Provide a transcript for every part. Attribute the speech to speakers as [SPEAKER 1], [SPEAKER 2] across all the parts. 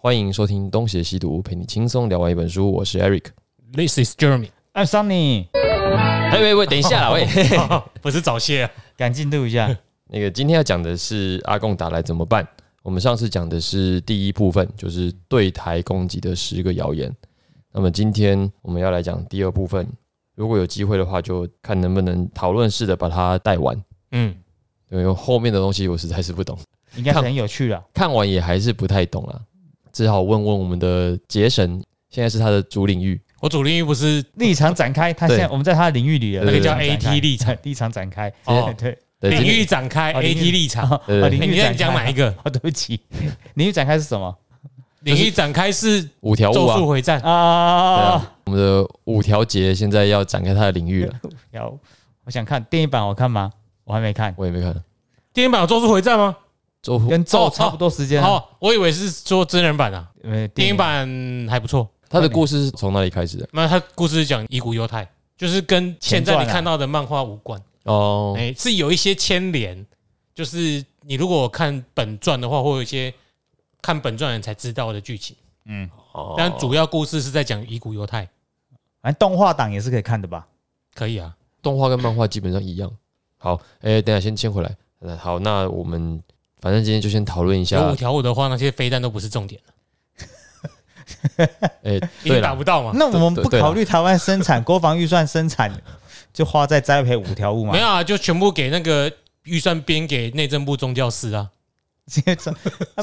[SPEAKER 1] 欢迎收听《东邪西毒》，陪你轻松聊完一本书。我是 Eric。
[SPEAKER 2] This is Jeremy，
[SPEAKER 3] 哎，Sunny，
[SPEAKER 1] 哎喂喂，等一下啦，喂，
[SPEAKER 2] 不是早泄、啊，
[SPEAKER 3] 赶进度一下。
[SPEAKER 1] 那个今天要讲的是阿贡打来怎么办？我们上次讲的是第一部分，就是对台攻击的十个谣言。那么今天我们要来讲第二部分，如果有机会的话，就看能不能讨论式的把它带完。
[SPEAKER 2] 嗯，
[SPEAKER 1] 因为后面的东西我实在是不懂，
[SPEAKER 3] 应该是很有趣了。
[SPEAKER 1] 看完也还是不太懂啦，只好问问我们的杰神，现在是他的主领域。
[SPEAKER 2] 我主力不是
[SPEAKER 3] 立场展开，他
[SPEAKER 1] 对
[SPEAKER 3] 现在我们在他的领域里了，
[SPEAKER 1] 那个叫
[SPEAKER 3] 立呃场展
[SPEAKER 2] AT 立场
[SPEAKER 3] 开，立场展开。
[SPEAKER 2] 哦
[SPEAKER 3] 哦， 对，
[SPEAKER 1] 对
[SPEAKER 2] 领
[SPEAKER 1] 今天
[SPEAKER 2] 域展开
[SPEAKER 3] 哦领域
[SPEAKER 2] AT 立场，
[SPEAKER 3] 啊
[SPEAKER 1] 对对
[SPEAKER 3] 啊
[SPEAKER 2] 哎
[SPEAKER 3] 领
[SPEAKER 2] 你
[SPEAKER 3] 域
[SPEAKER 2] 在
[SPEAKER 3] 展
[SPEAKER 2] 讲哪一
[SPEAKER 3] 开。
[SPEAKER 2] 个？
[SPEAKER 3] 哦，对不起，领域展开是什么
[SPEAKER 2] 领域展开是《
[SPEAKER 1] 五条悟
[SPEAKER 2] 咒
[SPEAKER 1] 啊
[SPEAKER 2] 术，回战》
[SPEAKER 1] 对
[SPEAKER 3] 啊？
[SPEAKER 1] 啊，我们的五条节现在要展开他的领域了，
[SPEAKER 3] 有，我想看电影版，我看吗？我还没看，
[SPEAKER 1] 我也没看。
[SPEAKER 2] 电影版有《咒术回战》吗？
[SPEAKER 1] 周
[SPEAKER 3] 跟
[SPEAKER 2] 哦
[SPEAKER 3] 咒差不多时间啊。
[SPEAKER 2] 哦，我以为是说真人版啊，
[SPEAKER 3] 呃，
[SPEAKER 2] 电影版还不错。
[SPEAKER 1] 他的故事是从哪里开始的？
[SPEAKER 2] 那他故事是讲伊古犹太，就是跟现在
[SPEAKER 3] 前传啊
[SPEAKER 2] 你看到的漫画无关，
[SPEAKER 1] 哦，
[SPEAKER 3] 啊
[SPEAKER 2] 哎，是有一些牵连。就是你如果看本传的话，会有一些看本传的人才知道的剧情，
[SPEAKER 3] 嗯，
[SPEAKER 1] 哦
[SPEAKER 2] 但主要故事是在讲伊古犹太，
[SPEAKER 3] 反正动画档也是可以看的吧？
[SPEAKER 2] 可以啊。
[SPEAKER 1] 动画跟漫画基本上一样。好，哎、等一下先先回来。呃好，那我们反正今天就先讨论一
[SPEAKER 2] 有
[SPEAKER 1] 下
[SPEAKER 2] 五。条悟的话，那些飞弹都不是 重点，
[SPEAKER 1] 哎、
[SPEAKER 2] 因为
[SPEAKER 1] 对
[SPEAKER 2] 打
[SPEAKER 1] 了，
[SPEAKER 2] 不到嘛。
[SPEAKER 3] 那我们
[SPEAKER 1] 对
[SPEAKER 3] 不
[SPEAKER 1] 对啦
[SPEAKER 3] 考虑台湾生产国防预算生产，就花在栽培五条悟嘛
[SPEAKER 2] 没？有啊，就全部给那个预算编给内政部宗教司啊，
[SPEAKER 3] 直接这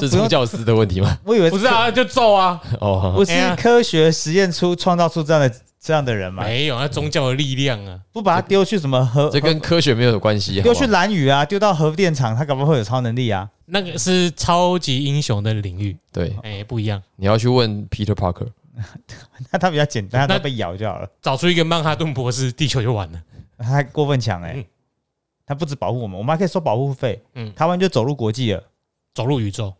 [SPEAKER 1] 这是
[SPEAKER 3] 不
[SPEAKER 1] 宗
[SPEAKER 3] 用，
[SPEAKER 1] 教师的问题吗？
[SPEAKER 3] 我以为
[SPEAKER 2] 不是啊，就揍啊，
[SPEAKER 1] 哦，
[SPEAKER 3] 我是
[SPEAKER 2] 哎呀
[SPEAKER 3] 科学实验出、创造出这样的这样的人嘛，
[SPEAKER 2] 没有那宗教的力量啊，
[SPEAKER 3] 不把他丢去什么核，
[SPEAKER 1] 这跟科学没有关系。
[SPEAKER 3] 丢
[SPEAKER 1] 好
[SPEAKER 3] 去
[SPEAKER 1] 吧
[SPEAKER 3] 蓝宇啊，丢到核电厂，他搞不好会有超能力啊。
[SPEAKER 2] 那个是超级英雄的领域，
[SPEAKER 1] 对，
[SPEAKER 2] 哎、不一样，
[SPEAKER 1] 你要去问 Peter Parker。
[SPEAKER 3] 那他比较简单，他被咬就好了。
[SPEAKER 2] 找出一个曼哈顿博士，地球就完了。
[SPEAKER 3] 他还过分强哎、
[SPEAKER 2] 嗯
[SPEAKER 3] 他不止保护我们，我们还可以收保护费。
[SPEAKER 2] 嗯
[SPEAKER 3] 台湾就走入国际了。
[SPEAKER 2] 走入宇宙，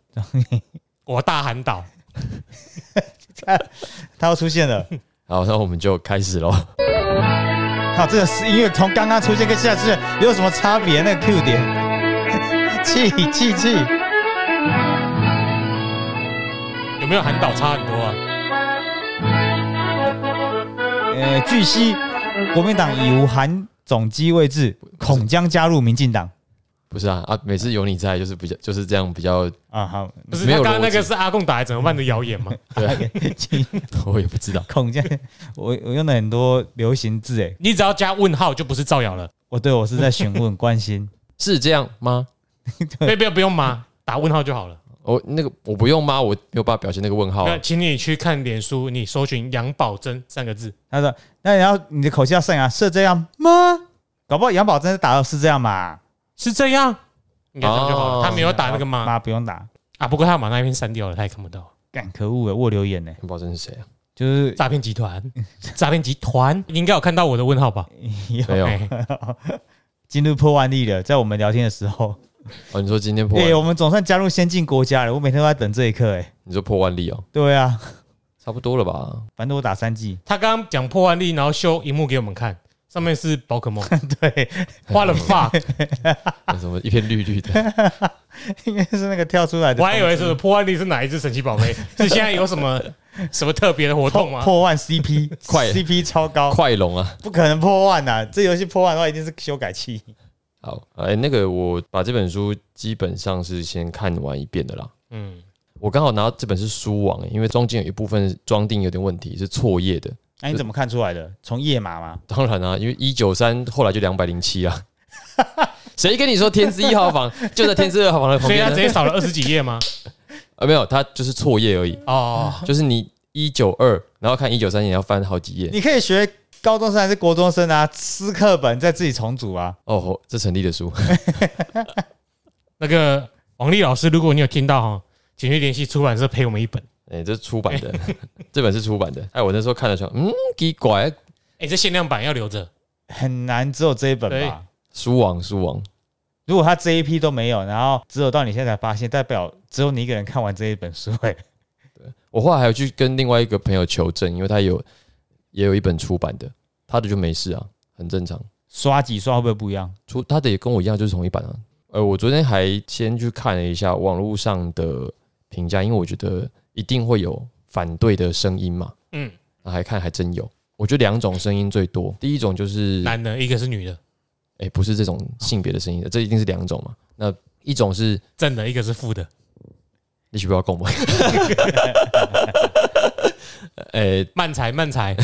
[SPEAKER 2] 我大韩岛，
[SPEAKER 3] 他要出现了，
[SPEAKER 1] 好，那我们就开始喽。
[SPEAKER 3] 好，这个是音乐从刚刚出现跟现在出现有什么差别？那个 Q 点，气气气，
[SPEAKER 2] 有没有韩岛差很多啊？
[SPEAKER 3] 呃，据悉，国民党已无韩总机位置，恐将加入民进党。
[SPEAKER 1] 不是啊啊，每次有你在就是比较就是这样比较，
[SPEAKER 3] 啊，好，
[SPEAKER 2] 不是，
[SPEAKER 1] 没
[SPEAKER 2] 他
[SPEAKER 1] 有
[SPEAKER 2] 刚刚
[SPEAKER 1] 逻
[SPEAKER 2] 那
[SPEAKER 1] 辑
[SPEAKER 2] 个是阿贡打来怎么办的谣言吗？
[SPEAKER 3] 请
[SPEAKER 1] 我也不知道。
[SPEAKER 3] 孔将，我我用了很多流行字诶，
[SPEAKER 2] 你只要加问号就不是造谣了，
[SPEAKER 3] 我对我是在询问关心，
[SPEAKER 1] 是这样吗？
[SPEAKER 2] 不不不用吗？打问号就好了。
[SPEAKER 1] 我那个我不用吗？我没有办法表现那个问号啊、
[SPEAKER 2] 那请你去看脸书，你搜寻杨宝珍三个字，
[SPEAKER 3] 他说，那你要你的口气要上扬，是这样吗？搞不好杨宝真的打到是这样嘛？
[SPEAKER 2] 是这样，应该这样就
[SPEAKER 1] 哦
[SPEAKER 2] 好了。他没有打那个吗？
[SPEAKER 3] 妈不用打，
[SPEAKER 2] 啊，不过他把那一篇删掉了，他也看不到。
[SPEAKER 3] 干可恶诶，我留言呢，
[SPEAKER 1] 不知道这是谁啊？
[SPEAKER 3] 就是
[SPEAKER 2] 诈骗集团， 诈骗集团，你应该有看到我的问号吧？
[SPEAKER 1] 没有
[SPEAKER 2] 哎
[SPEAKER 3] 进入破万例了，在我们聊天的时候，
[SPEAKER 1] 哦，你说今天破
[SPEAKER 3] 哎、
[SPEAKER 1] 万，
[SPEAKER 3] 我们总算加入先进国家了，我每天都在等这一刻诶，
[SPEAKER 1] 你说破万例哦，
[SPEAKER 3] 对啊，
[SPEAKER 1] 差不多了吧？
[SPEAKER 3] 反正我打三 G，
[SPEAKER 2] 他刚刚讲破案例，然后秀荧幕给我们看，上面是宝可梦，
[SPEAKER 3] 对，
[SPEAKER 2] 花了 fuck，
[SPEAKER 1] 那什么一片绿绿的，
[SPEAKER 3] 应该是那个跳出来的
[SPEAKER 2] 我还以为是破案例是哪一只神奇宝 贝，是现在有什么什么特别的活动
[SPEAKER 3] 破
[SPEAKER 2] 吗？
[SPEAKER 3] 破万 CP，
[SPEAKER 1] 啊快
[SPEAKER 3] CP 超高，
[SPEAKER 1] 快龙啊！
[SPEAKER 3] 不可能破万呐、这游戏破万的话一定是修改器。
[SPEAKER 1] 好，哎、那个我把这本书基本上是先看完一遍的啦。
[SPEAKER 2] 嗯，
[SPEAKER 1] 我刚好拿到这本是书网、因为中间有一部分装订有点问题，是错页的。
[SPEAKER 3] 那、你怎么看出来的？从页码吗？
[SPEAKER 1] 当然啊，因为一九三后来就两百零七啦。谁跟你说天字一号房就在天字二号房的旁
[SPEAKER 2] 所以他
[SPEAKER 1] 边
[SPEAKER 2] 直
[SPEAKER 1] 呢？
[SPEAKER 2] 接少了二十几页吗？
[SPEAKER 1] 啊，没有，它就是错页而已，
[SPEAKER 2] 哦，
[SPEAKER 1] 就是你一九二，然后看一九三，你要翻好几页。
[SPEAKER 3] 你可以学高中生还是国中生啊，撕课本再自己重组啊。
[SPEAKER 1] 哦，这成立的书，
[SPEAKER 2] 那个王丽老师，如果你有听到哈，请去联系出版社赔我们一本。
[SPEAKER 1] 哎、这是出版的，这本是出版的。哎，我那时候看了想，嗯，奇怪，
[SPEAKER 2] 哎，这限量版要留着。
[SPEAKER 3] 很难，只有这一本
[SPEAKER 2] 对
[SPEAKER 3] 吧。
[SPEAKER 1] 书网书网，
[SPEAKER 3] 如果他这一批都没有，然后只有到你现在才发现，代表只有你一个人看完这一本书、欸。
[SPEAKER 1] 我后来还有去跟另外一个朋友求证，因为他有也有一本出版的，他的就没事啊，很正常。
[SPEAKER 3] 刷几刷会不会不一样？
[SPEAKER 1] 出他的也跟我一样，就是同一版啊。呃，我昨天还先去看了一下网络上的评价，因为我觉得一定会有反对的声音嘛。
[SPEAKER 2] 嗯，
[SPEAKER 1] 那还看还真有，我觉得两种声音最多。第一种就是，哎、
[SPEAKER 2] 男的，一个是女的，
[SPEAKER 1] 不是这种性别的声音的，这一定是两种嘛。那一种是
[SPEAKER 2] 正的，一个是负的。
[SPEAKER 1] 你需不要跟我？ 哎、
[SPEAKER 2] 慢才，慢才，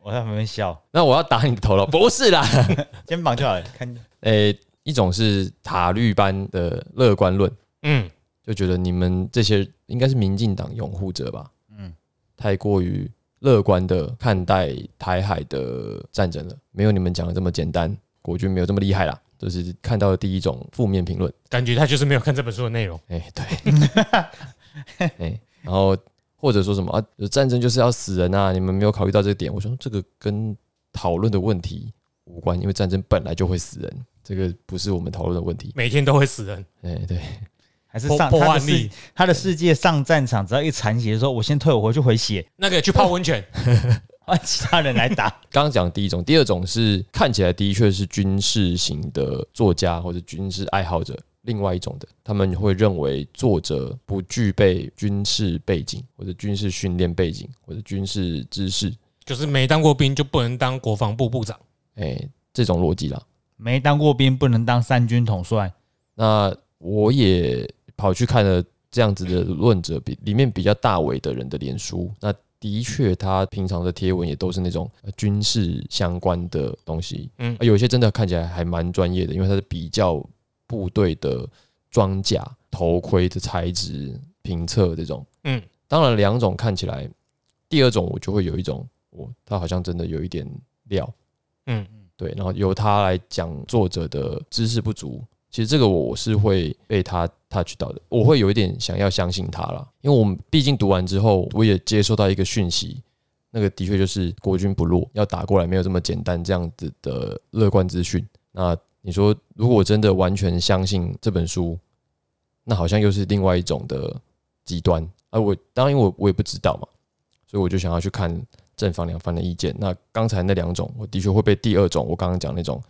[SPEAKER 3] 我在旁边笑，
[SPEAKER 1] 那我要打你的头了？不是啦，
[SPEAKER 3] 肩膀 就好了，看
[SPEAKER 1] 哎、一种是塔绿班的乐观论，
[SPEAKER 2] 嗯，
[SPEAKER 1] 就觉得你们这些应该是民进党拥护者吧，
[SPEAKER 3] 嗯
[SPEAKER 1] 嗯，太过于乐观的看待台海的战争了，没有你们讲的这么简单，国军没有这么厉害啦。这是看到的第一种负面评论，
[SPEAKER 2] 感觉他就是没有看这本书的内容。
[SPEAKER 1] 哎、对， 哎、然后或者说什么啊，战争就是要死人啊，你们没有考虑到这个点。我说这个跟讨论的问题无关，因为战争本来就会死人，这个不是我们讨论的问题。
[SPEAKER 2] 每天都会死人，
[SPEAKER 1] 哎、对，
[SPEAKER 3] 还是
[SPEAKER 2] 破
[SPEAKER 3] 上
[SPEAKER 2] 破
[SPEAKER 3] 他的
[SPEAKER 2] 案
[SPEAKER 3] 世
[SPEAKER 2] 例，
[SPEAKER 3] 他的世界上战场，只要一残血，说我先退，我回去回血，
[SPEAKER 2] 那个去泡温泉，
[SPEAKER 3] 换其他人 来打。
[SPEAKER 1] 刚刚讲的第一种，第二种是看起来的确是军事型的作家或者军事爱好者。另外一种的，他们会认为作者不具备军事背景，或者军事训练背景，或者军事知识，
[SPEAKER 2] 就是没当过兵就不能当国防部部长。
[SPEAKER 1] 哎、这种逻辑啦。
[SPEAKER 3] 没当过兵不能当三军统帅，
[SPEAKER 1] 那我也跑去看了这样子的论者比里面比较大为的人的脸书，那的确他平常的贴文也都是那种呃军事相关的东西，
[SPEAKER 2] 嗯
[SPEAKER 1] 啊有一些真的看起来还蛮专业的，因为它是比较部队的装甲、头盔的材质、评测这种，
[SPEAKER 2] 嗯，
[SPEAKER 1] 当然两种看起来，第二种我就会有一种，我他好像真的有一点料，
[SPEAKER 2] 嗯，
[SPEAKER 1] 对，然后由他来讲作者的知识不足，其实这个我我是会被他 touch 到的，我会有一点想要相信他啦，因为我们毕竟读完之后，我也接收到一个讯息，那个的确就是国军不弱，要打过来没有这么简单这样子的乐观资讯。那你说，如果我真的完全相信这本书，那好像又是另外一种的极端啊。我当然，因为我我也不知道嘛，所以我就想要去看正反两方的意见。那刚才那两种，我的确会被第二种我刚刚讲那种，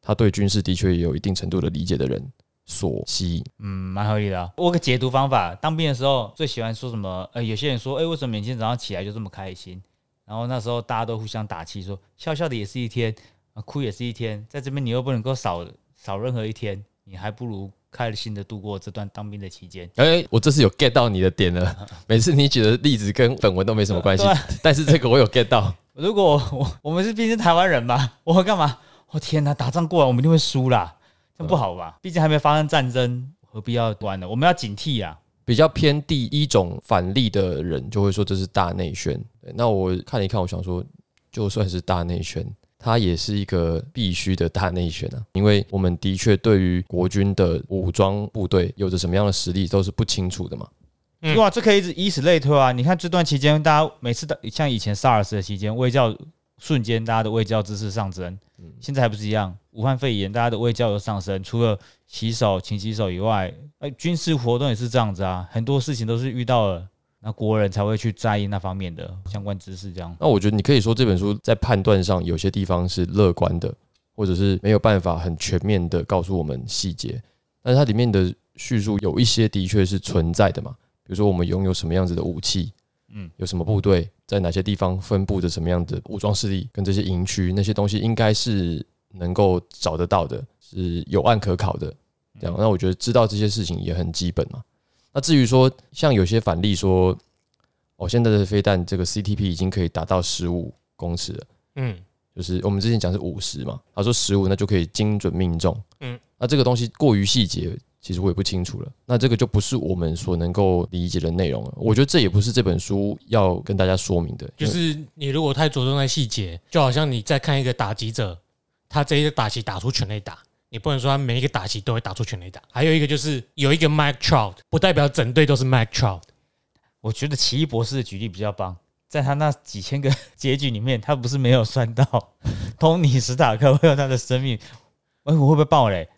[SPEAKER 1] 他对军事的确也有一定程度的理解的人所吸引。
[SPEAKER 3] 嗯，蛮合理的啊、我有个解读方法，当兵的时候最喜欢说什么？呃，有些人说，哎、为什么每天早上起来就这么开心？然后那时候大家都互相打气说，笑笑的也是一天，啊哭也是一天，在这边你又不能够少少任何一天，你还不如开心的度过这段当兵的期间。
[SPEAKER 1] 哎、我这次有 get 到你的点了。每次你举的例子跟本文都没什么关系
[SPEAKER 3] 对，
[SPEAKER 1] 但是这个我有 get 到。
[SPEAKER 3] 如果我我们是毕竟是台湾人嘛，我会干嘛？我、天哪，打仗过来我们一定会输啦，这样不好吧？毕竟还没发生战争，何必要玩呢？我们要警惕啊！
[SPEAKER 1] 比较偏第一种反例的人，就会说这是大内宣。对那我看了一看，我想说，就算是大内宣，它也是一个必须的大内宣啊，因为我们的确对于国军的武装部队有着什么样的实力都是不清楚的嘛。
[SPEAKER 2] 嗯
[SPEAKER 3] 对啊，这可以一直以此类推啊！你看这段期间，大家每次的像以前 SARS 的期间，卫教瞬间大家的卫教知识上升，现在还不是一样？武汉肺炎大家的卫教又上升，除了洗手、勤洗手以外，呃，军事活动也是这样子啊，很多事情都是遇到了，那国人才会去在意那方面的相关知识，这样。
[SPEAKER 1] 那我觉得你可以说这本书在判断上有些地方是乐观的，或者是没有办法很全面的告诉我们细节，但是它里面的叙述有一些的确是存在的嘛，比如说我们拥有什么样子的武器，
[SPEAKER 3] 嗯
[SPEAKER 1] 嗯，有什么部队，在哪些地方分布着什么样的武装势力，跟这些营区那些东西应该是能够找得到的，是有案可考的。这样，那我觉得知道这些事情也很基本嘛。那至于说像有些反例说，哦，现在的飞弹这个 CTP 已经可以达到十五公尺了，
[SPEAKER 2] 嗯，
[SPEAKER 1] 就是我们之前讲是五十嘛，他说十五那就可以精准命中，
[SPEAKER 2] 嗯
[SPEAKER 1] 嗯，那这个东西过于细节，其实我也不清楚了，那这个就不是我们所能够理解的内容了。我觉得这也不是这本书要跟大家说明的，
[SPEAKER 2] 就
[SPEAKER 1] 因为
[SPEAKER 2] 是你如果太着重在细节，就好像你在看一个打击者，他这一个打击打出全垒打，你不能说他每一个打击都会打出全垒打。还有一个就是有一个 Mike Trout，不代表整队都是 Mike Trout。
[SPEAKER 3] 我觉得奇异博士的举例比较棒， 在他那几千个结局里面，他不是没有算到托尼史塔 克会有他的生命，哎、我会不会爆嘞？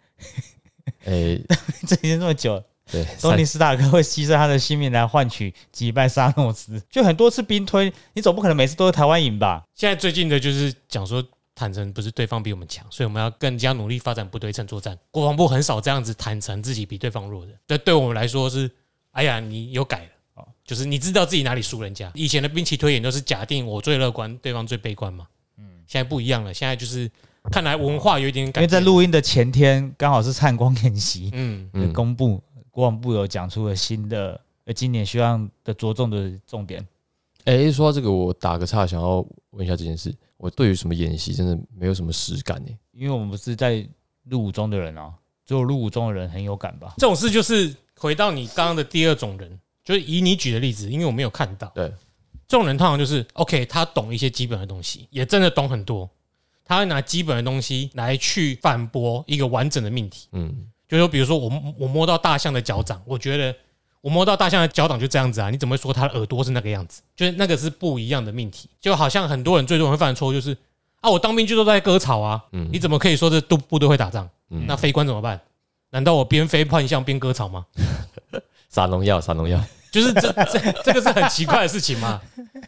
[SPEAKER 1] 诶、
[SPEAKER 3] 这已经这么久了。
[SPEAKER 1] 哎 对，
[SPEAKER 3] 托
[SPEAKER 1] 三
[SPEAKER 3] 尼斯塔克会牺牲他的性命来换取击败沙诺斯，就很多次兵推，你总不可能每次都是台湾赢吧？
[SPEAKER 2] 现在最近的就是讲说，坦诚不是对方比我们强，所以我们要更加努力发展部队称作战。国防部很少这样子坦诚自己比对方弱的，这对我们来说是，哎呀，你有改了，
[SPEAKER 3] 好
[SPEAKER 2] 就是你知道自己哪里输人家。以前的兵棋推演都是假定我最乐观，对方最悲观嘛。嗯，现在不一样了，现在就是看来文化有一点
[SPEAKER 3] 因
[SPEAKER 2] 改
[SPEAKER 3] 为
[SPEAKER 2] 变。
[SPEAKER 3] 在录音的前天刚好是灿光演习，
[SPEAKER 2] 嗯，
[SPEAKER 1] 嗯
[SPEAKER 3] 公布国防部有讲出了新的呃今年希望的着重的重点。
[SPEAKER 1] 哎、说到这个，我打个岔，想要问一下这件事，我对于什么演习真的没有什么实感欸呢、
[SPEAKER 3] 因为我们不是在入伍中的人啊，只有入伍中的人很有感吧？
[SPEAKER 2] 这种事就是回到你刚刚的第二种人，就是以你举的例子，因为我没有看到。
[SPEAKER 1] 对，
[SPEAKER 2] 这种人通常就是 OK，他懂一些基本的东西，也真的懂很多，他会拿基本的东西来去反驳一个完整的命题。
[SPEAKER 1] 嗯，
[SPEAKER 2] 就说比如说我摸我摸到大象的脚掌，我觉得我摸到大象的脚掌就这样子啊，你怎么会说它的耳朵是那个样子？就是那个是不一样的命题，就好像很多人最多人会犯错就是啊，我当兵就都在割草啊，
[SPEAKER 1] 嗯
[SPEAKER 2] 你怎么可以说这部部队会打仗？
[SPEAKER 1] 嗯
[SPEAKER 2] 那飞官怎么办？难道我边飞幻象边割草吗？
[SPEAKER 1] 撒农药，撒农药，
[SPEAKER 2] 就是这这这个是很奇怪的事情嘛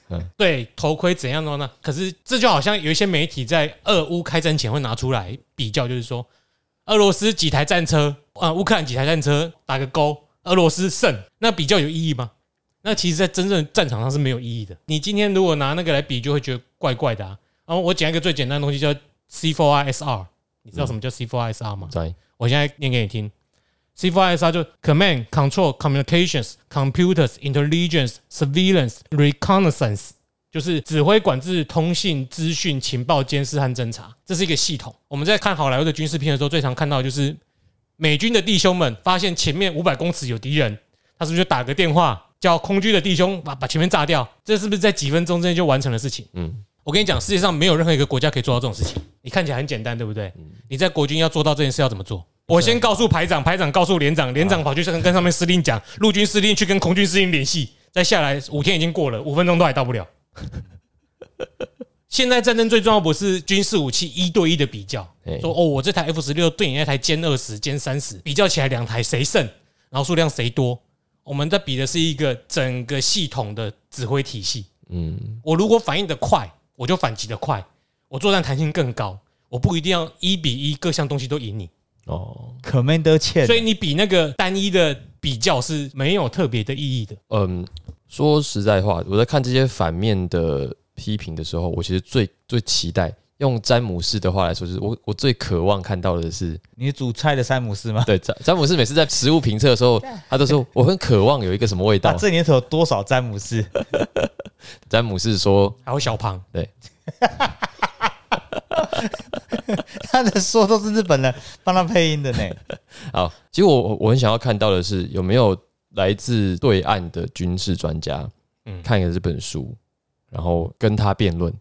[SPEAKER 1] 嗯。
[SPEAKER 2] 对，头盔怎样的呢？可是这就好像有一些媒体在俄乌开战前会拿出来比较，就是说俄罗斯几台战车，啊、乌克兰几台战车打个勾，俄罗斯胜，那比较有意义吗？那其实，在真正的战场上是没有意义的。你今天如果拿那个来比，就会觉得怪怪的啊。然后我讲一个最简单的东西，叫 C4ISR，你知道什么叫 C4ISR 吗？
[SPEAKER 1] 在
[SPEAKER 2] 我现在念给你听。C4ISR 就 Command, Control, Communications, Computers, Intelligence, Surveillance, Reconnaissance，就是指挥、管制、通信、资讯、情报、监视和侦查，这是一个系统。我们在看好莱坞的军事片的时候，最常看到的就是美军的弟兄们发现前面五百公尺有敌人，他是不是就打个电话叫空军的弟兄把把前面炸掉？这是不是在几分钟之内就完成的事情？
[SPEAKER 1] 嗯
[SPEAKER 2] 我跟你讲，世界上没有任何一个国家可以做到这种事情。你看起来很简单，对不对？你在国军要做到这件事要怎么做？我先告诉排长，排长告诉连长，连长跑去跟跟上面司令讲，陆军司令去跟空军司令联系，再下来五天已经过了，五分钟都还到不了。 现在战争最重要不是军事武器一对一的比较，
[SPEAKER 1] 哎
[SPEAKER 2] 说哦，我这台 F 十六对你那台歼二十、歼三十比较起来，两台谁胜，然后数量谁多，我们在比的是一个整个系统的指挥体系。
[SPEAKER 1] 嗯
[SPEAKER 2] 我如果反应的快，我就反击的快，我作战弹性更高，我不一定要一比一各项东西都赢你，
[SPEAKER 1] 哦
[SPEAKER 3] 可没得欠，
[SPEAKER 2] 所以你比那个单一的比较是没有特别的意义的。
[SPEAKER 1] 嗯，说实在话，我在看这些反面的批评的时候，我其实最最期待用詹姆斯的话来说，就是我我最渴望看到的是，
[SPEAKER 3] 你煮菜的詹姆斯吗？
[SPEAKER 1] 对詹詹姆斯每次在食物评测的时候，他都说我很渴望有一个什么味
[SPEAKER 3] 啊
[SPEAKER 1] 道，。
[SPEAKER 3] 这年头有多少詹姆斯？
[SPEAKER 1] 詹姆斯说
[SPEAKER 2] 还有小胖，
[SPEAKER 3] 他的说都是日本人帮他配音的呢。
[SPEAKER 1] 好，其实我我我很想要看到的是有没有来自对岸的军事专家，
[SPEAKER 2] 嗯
[SPEAKER 1] 嗯，看了这本书，然后跟他辩论，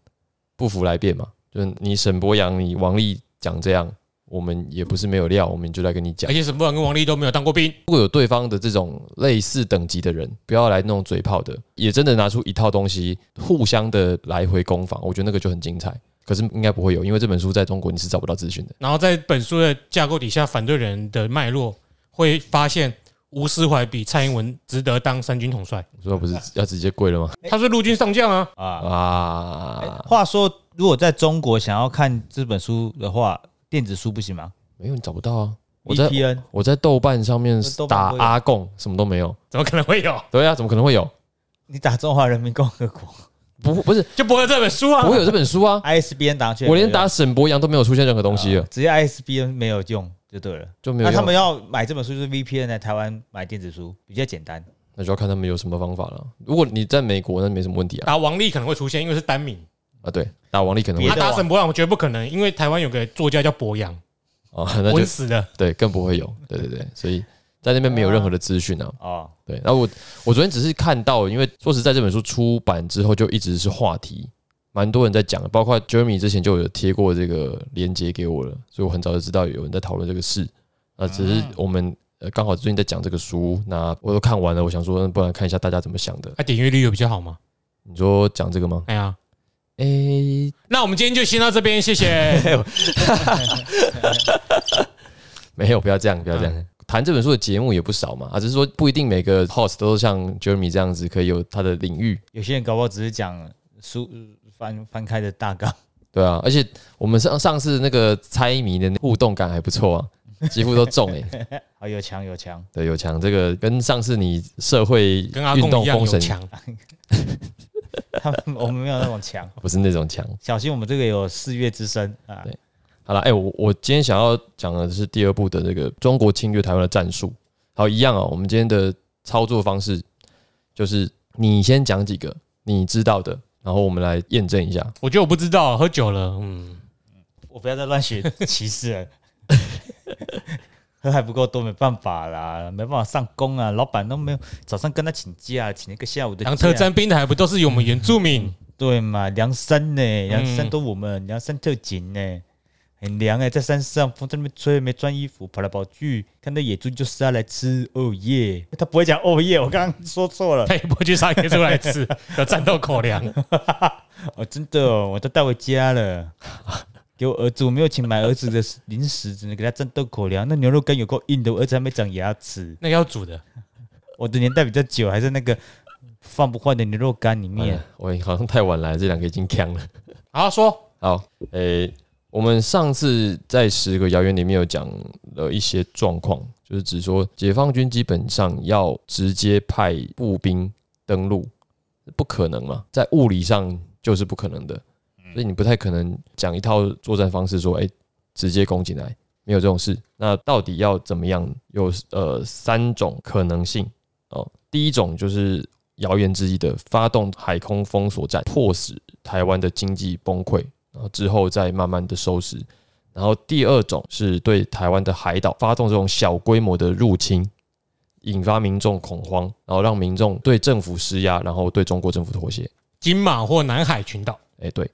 [SPEAKER 1] 不服来辩嘛，就是你沈博阳、你王力讲这样，我们也不是没有料，我们就来跟你讲
[SPEAKER 2] 而。且沈部长跟王力都没有当过兵，
[SPEAKER 1] 如果有对方的这种类似等级的人，不要来那种嘴炮的，也真的拿出一套东西，互相的来回攻防，我觉得那个就很精彩。可是应该不会有，因为这本书在中国你是找不到资讯的。
[SPEAKER 2] 然后在本书的架构底下，反对人的脉络会发现。吴思怀比蔡英文值得当三军统帅，
[SPEAKER 1] 我说不是要直接跪了吗？
[SPEAKER 2] 他是陆军上将啊，
[SPEAKER 3] 啊，哎
[SPEAKER 1] 啊，
[SPEAKER 3] 话说，如果在中国想要看这本书的话，电子书不行吗
[SPEAKER 1] 没有你找不到啊。我在
[SPEAKER 3] ？VPN
[SPEAKER 1] 我在豆瓣上面
[SPEAKER 3] 哎那豆瓣
[SPEAKER 1] 打
[SPEAKER 3] 会有
[SPEAKER 1] 阿贡，什么都没有。
[SPEAKER 2] 怎么可能会有？
[SPEAKER 1] 对啊，怎么可能会有？
[SPEAKER 3] 你打中华人民共和 国
[SPEAKER 1] 不，不 是
[SPEAKER 2] 就不会有这本书啊
[SPEAKER 1] 不！会有这本书啊！
[SPEAKER 3] ISBN 打去，
[SPEAKER 1] 我连打沈博阳都没有出现任何东西了，
[SPEAKER 3] 只要 ISBN 没有用就对了。
[SPEAKER 1] 就没有
[SPEAKER 3] 那他
[SPEAKER 1] 用。
[SPEAKER 3] 们要买这本书，就是 VPN 来台湾买电子书比较简单。
[SPEAKER 1] 那就要看他们有什么方法了。如果你在美国，那没什么问题啊。
[SPEAKER 2] 打王力可能会出现，因为是单名。
[SPEAKER 1] 啊，对，打王力可能会
[SPEAKER 2] 他
[SPEAKER 3] 别的
[SPEAKER 2] 打
[SPEAKER 3] 王
[SPEAKER 2] 沈博阳，我觉得不可能，因为台湾有个作家叫博洋，
[SPEAKER 1] 啊，那
[SPEAKER 2] 稳
[SPEAKER 1] 就
[SPEAKER 2] 死的。
[SPEAKER 1] 对，更不会有。对对对，所以在那边没有任何的资讯啊。
[SPEAKER 3] 哦，
[SPEAKER 1] 对，那我我昨天只是看到，因为说实在，这本书出版之后就一直是话题，蛮多人在讲的，包括 Jeremy 之前就有贴过这个链接给我了，所以我很早就知道有人在讨论这个事。那只是我们呃刚好最近在讲这个书，那我都看完了，我想说，不然看一下大家怎么想的。
[SPEAKER 2] 那、啊点阅率有比较好吗？
[SPEAKER 1] 你说讲这个吗？
[SPEAKER 2] 哎呀，
[SPEAKER 1] 诶、
[SPEAKER 2] 那我们今天就先到这边，谢谢。
[SPEAKER 1] 没有，不要这样，不要这样。谈这本书的节目也不少嘛，啊，只是说不一定每个 host 都像 Jeremy 这样子，可以有他的领域。
[SPEAKER 3] 有些人搞不好只是讲书翻翻开的大纲，
[SPEAKER 1] 对啊，而且我们上上次那个猜谜的互动感还不错啊， 几乎都中哎、
[SPEAKER 3] 啊，有强有强，
[SPEAKER 1] 对，有强这个跟上次你社会
[SPEAKER 2] 跟阿
[SPEAKER 1] 运
[SPEAKER 2] 贡
[SPEAKER 1] 动
[SPEAKER 2] 一样有
[SPEAKER 1] 封神
[SPEAKER 2] 强，
[SPEAKER 3] 他们我们没有那种强，
[SPEAKER 1] 不是那种强。
[SPEAKER 3] 小心我们这个有四月之声啊
[SPEAKER 1] 对，好了，哎、我我今天想要讲的是第二部的这个中国侵略台湾的战术。好，一样哦，我们今天的操作方式就是你先讲几个你知道的，然后我们来验证一下。
[SPEAKER 2] 我觉得我不知道，喝酒了，嗯，
[SPEAKER 3] 我不要再乱学歧视了，喝还不够多，没办法啦，没办法上工啊，老板都没有早上跟他请假，请一个下午的
[SPEAKER 2] 然后
[SPEAKER 3] 假
[SPEAKER 1] 啊
[SPEAKER 2] 特征兵的还不都是我们原住民？
[SPEAKER 3] 对嘛，梁山呢、梁山
[SPEAKER 2] 嗯
[SPEAKER 3] 都我们、梁山特警呢、很凉哎、在山上风在那边吹，没穿衣服，跑来跑去，看到野猪就杀来吃，哦耶！他不会讲哦耶，我刚刚说错了，
[SPEAKER 2] 他也不会去杀野猪来吃， 有战斗口粮。
[SPEAKER 3] 哦真的哦，我都带回家 了。给我儿子，我没有钱买儿子的零食，只能给他战斗口粮。那牛肉干有够硬的，我儿子还没长牙齿。
[SPEAKER 2] 那个要煮的，
[SPEAKER 3] 我的年代比较久，还在那个放不坏的牛肉干里面
[SPEAKER 1] 哎。我好像太晚来，这两个已经扛了。
[SPEAKER 2] 好说
[SPEAKER 1] 好，诶、我们上次在十个谣言里面有讲了一些状况，就是指说解放军基本上要直接派步兵登陆，不可能嘛，在物理上就是不可能的，所以你不太可能讲一套作战方式说，诶、直接攻进来，没有这种事。那到底要怎么样？有呃三种可能性哦。第一种就是谣言之一的发动海空封锁战，迫使台湾的经济崩溃，然后之后再慢慢的收拾。然后第二种是对台湾的海岛发动这种小规模的入侵，引发民众恐慌，然后让民众对政府施压，然后对中国政府妥协。
[SPEAKER 2] 金马或南海群岛，
[SPEAKER 1] 哎、对。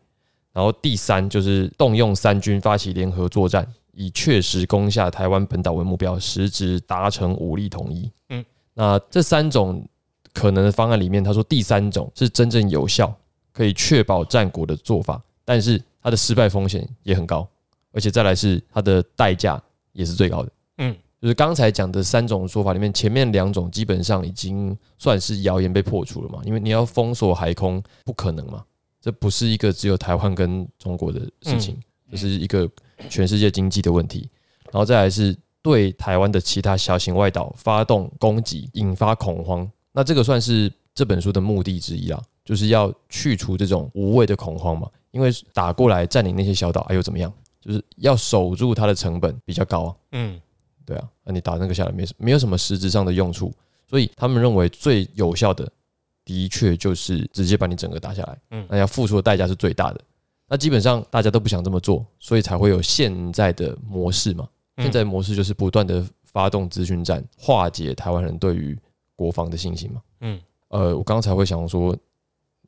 [SPEAKER 1] 然后第三就是动用三军发起联合作战，以确实攻下台湾本岛为目标，实质达成武力统一。
[SPEAKER 2] 嗯
[SPEAKER 1] 嗯，那这三种可能的方案里面，他说第三种是真正有效，可以确保战果的做法，但是它的失败风险也很高，而且再来是它的代价也是最高的。
[SPEAKER 2] 嗯，
[SPEAKER 1] 就是刚才讲的三种说法里面，前面两种基本上已经算是谣言被破除了嘛，因为你要封锁海空不可能嘛，这不是一个只有台湾跟中国的事情，这是一个全世界经济的问题。然后再来是对台湾的其他小型外岛发动攻击，引发恐慌。那这个算是这本书的目的之一啦，就是要去除这种无谓的恐慌嘛。因为打过来占领那些小岛，哎又怎么样？就是要守住它的成本比较高啊。
[SPEAKER 2] 嗯，
[SPEAKER 1] 对啊，那你打那个下来没什没有什么实质上的用处，所以他们认为最有效的，的确就是直接把你整个打下来，
[SPEAKER 2] 嗯
[SPEAKER 1] 嗯，那要付出的代价是最大的。那基本上大家都不想这么做，所以才会有现在的模式嘛。
[SPEAKER 2] 嗯
[SPEAKER 1] 现在的模式就是不断的发动资讯战，化解台湾人对于国防的信心嘛。
[SPEAKER 2] 嗯，
[SPEAKER 1] 呃，我刚才会想说，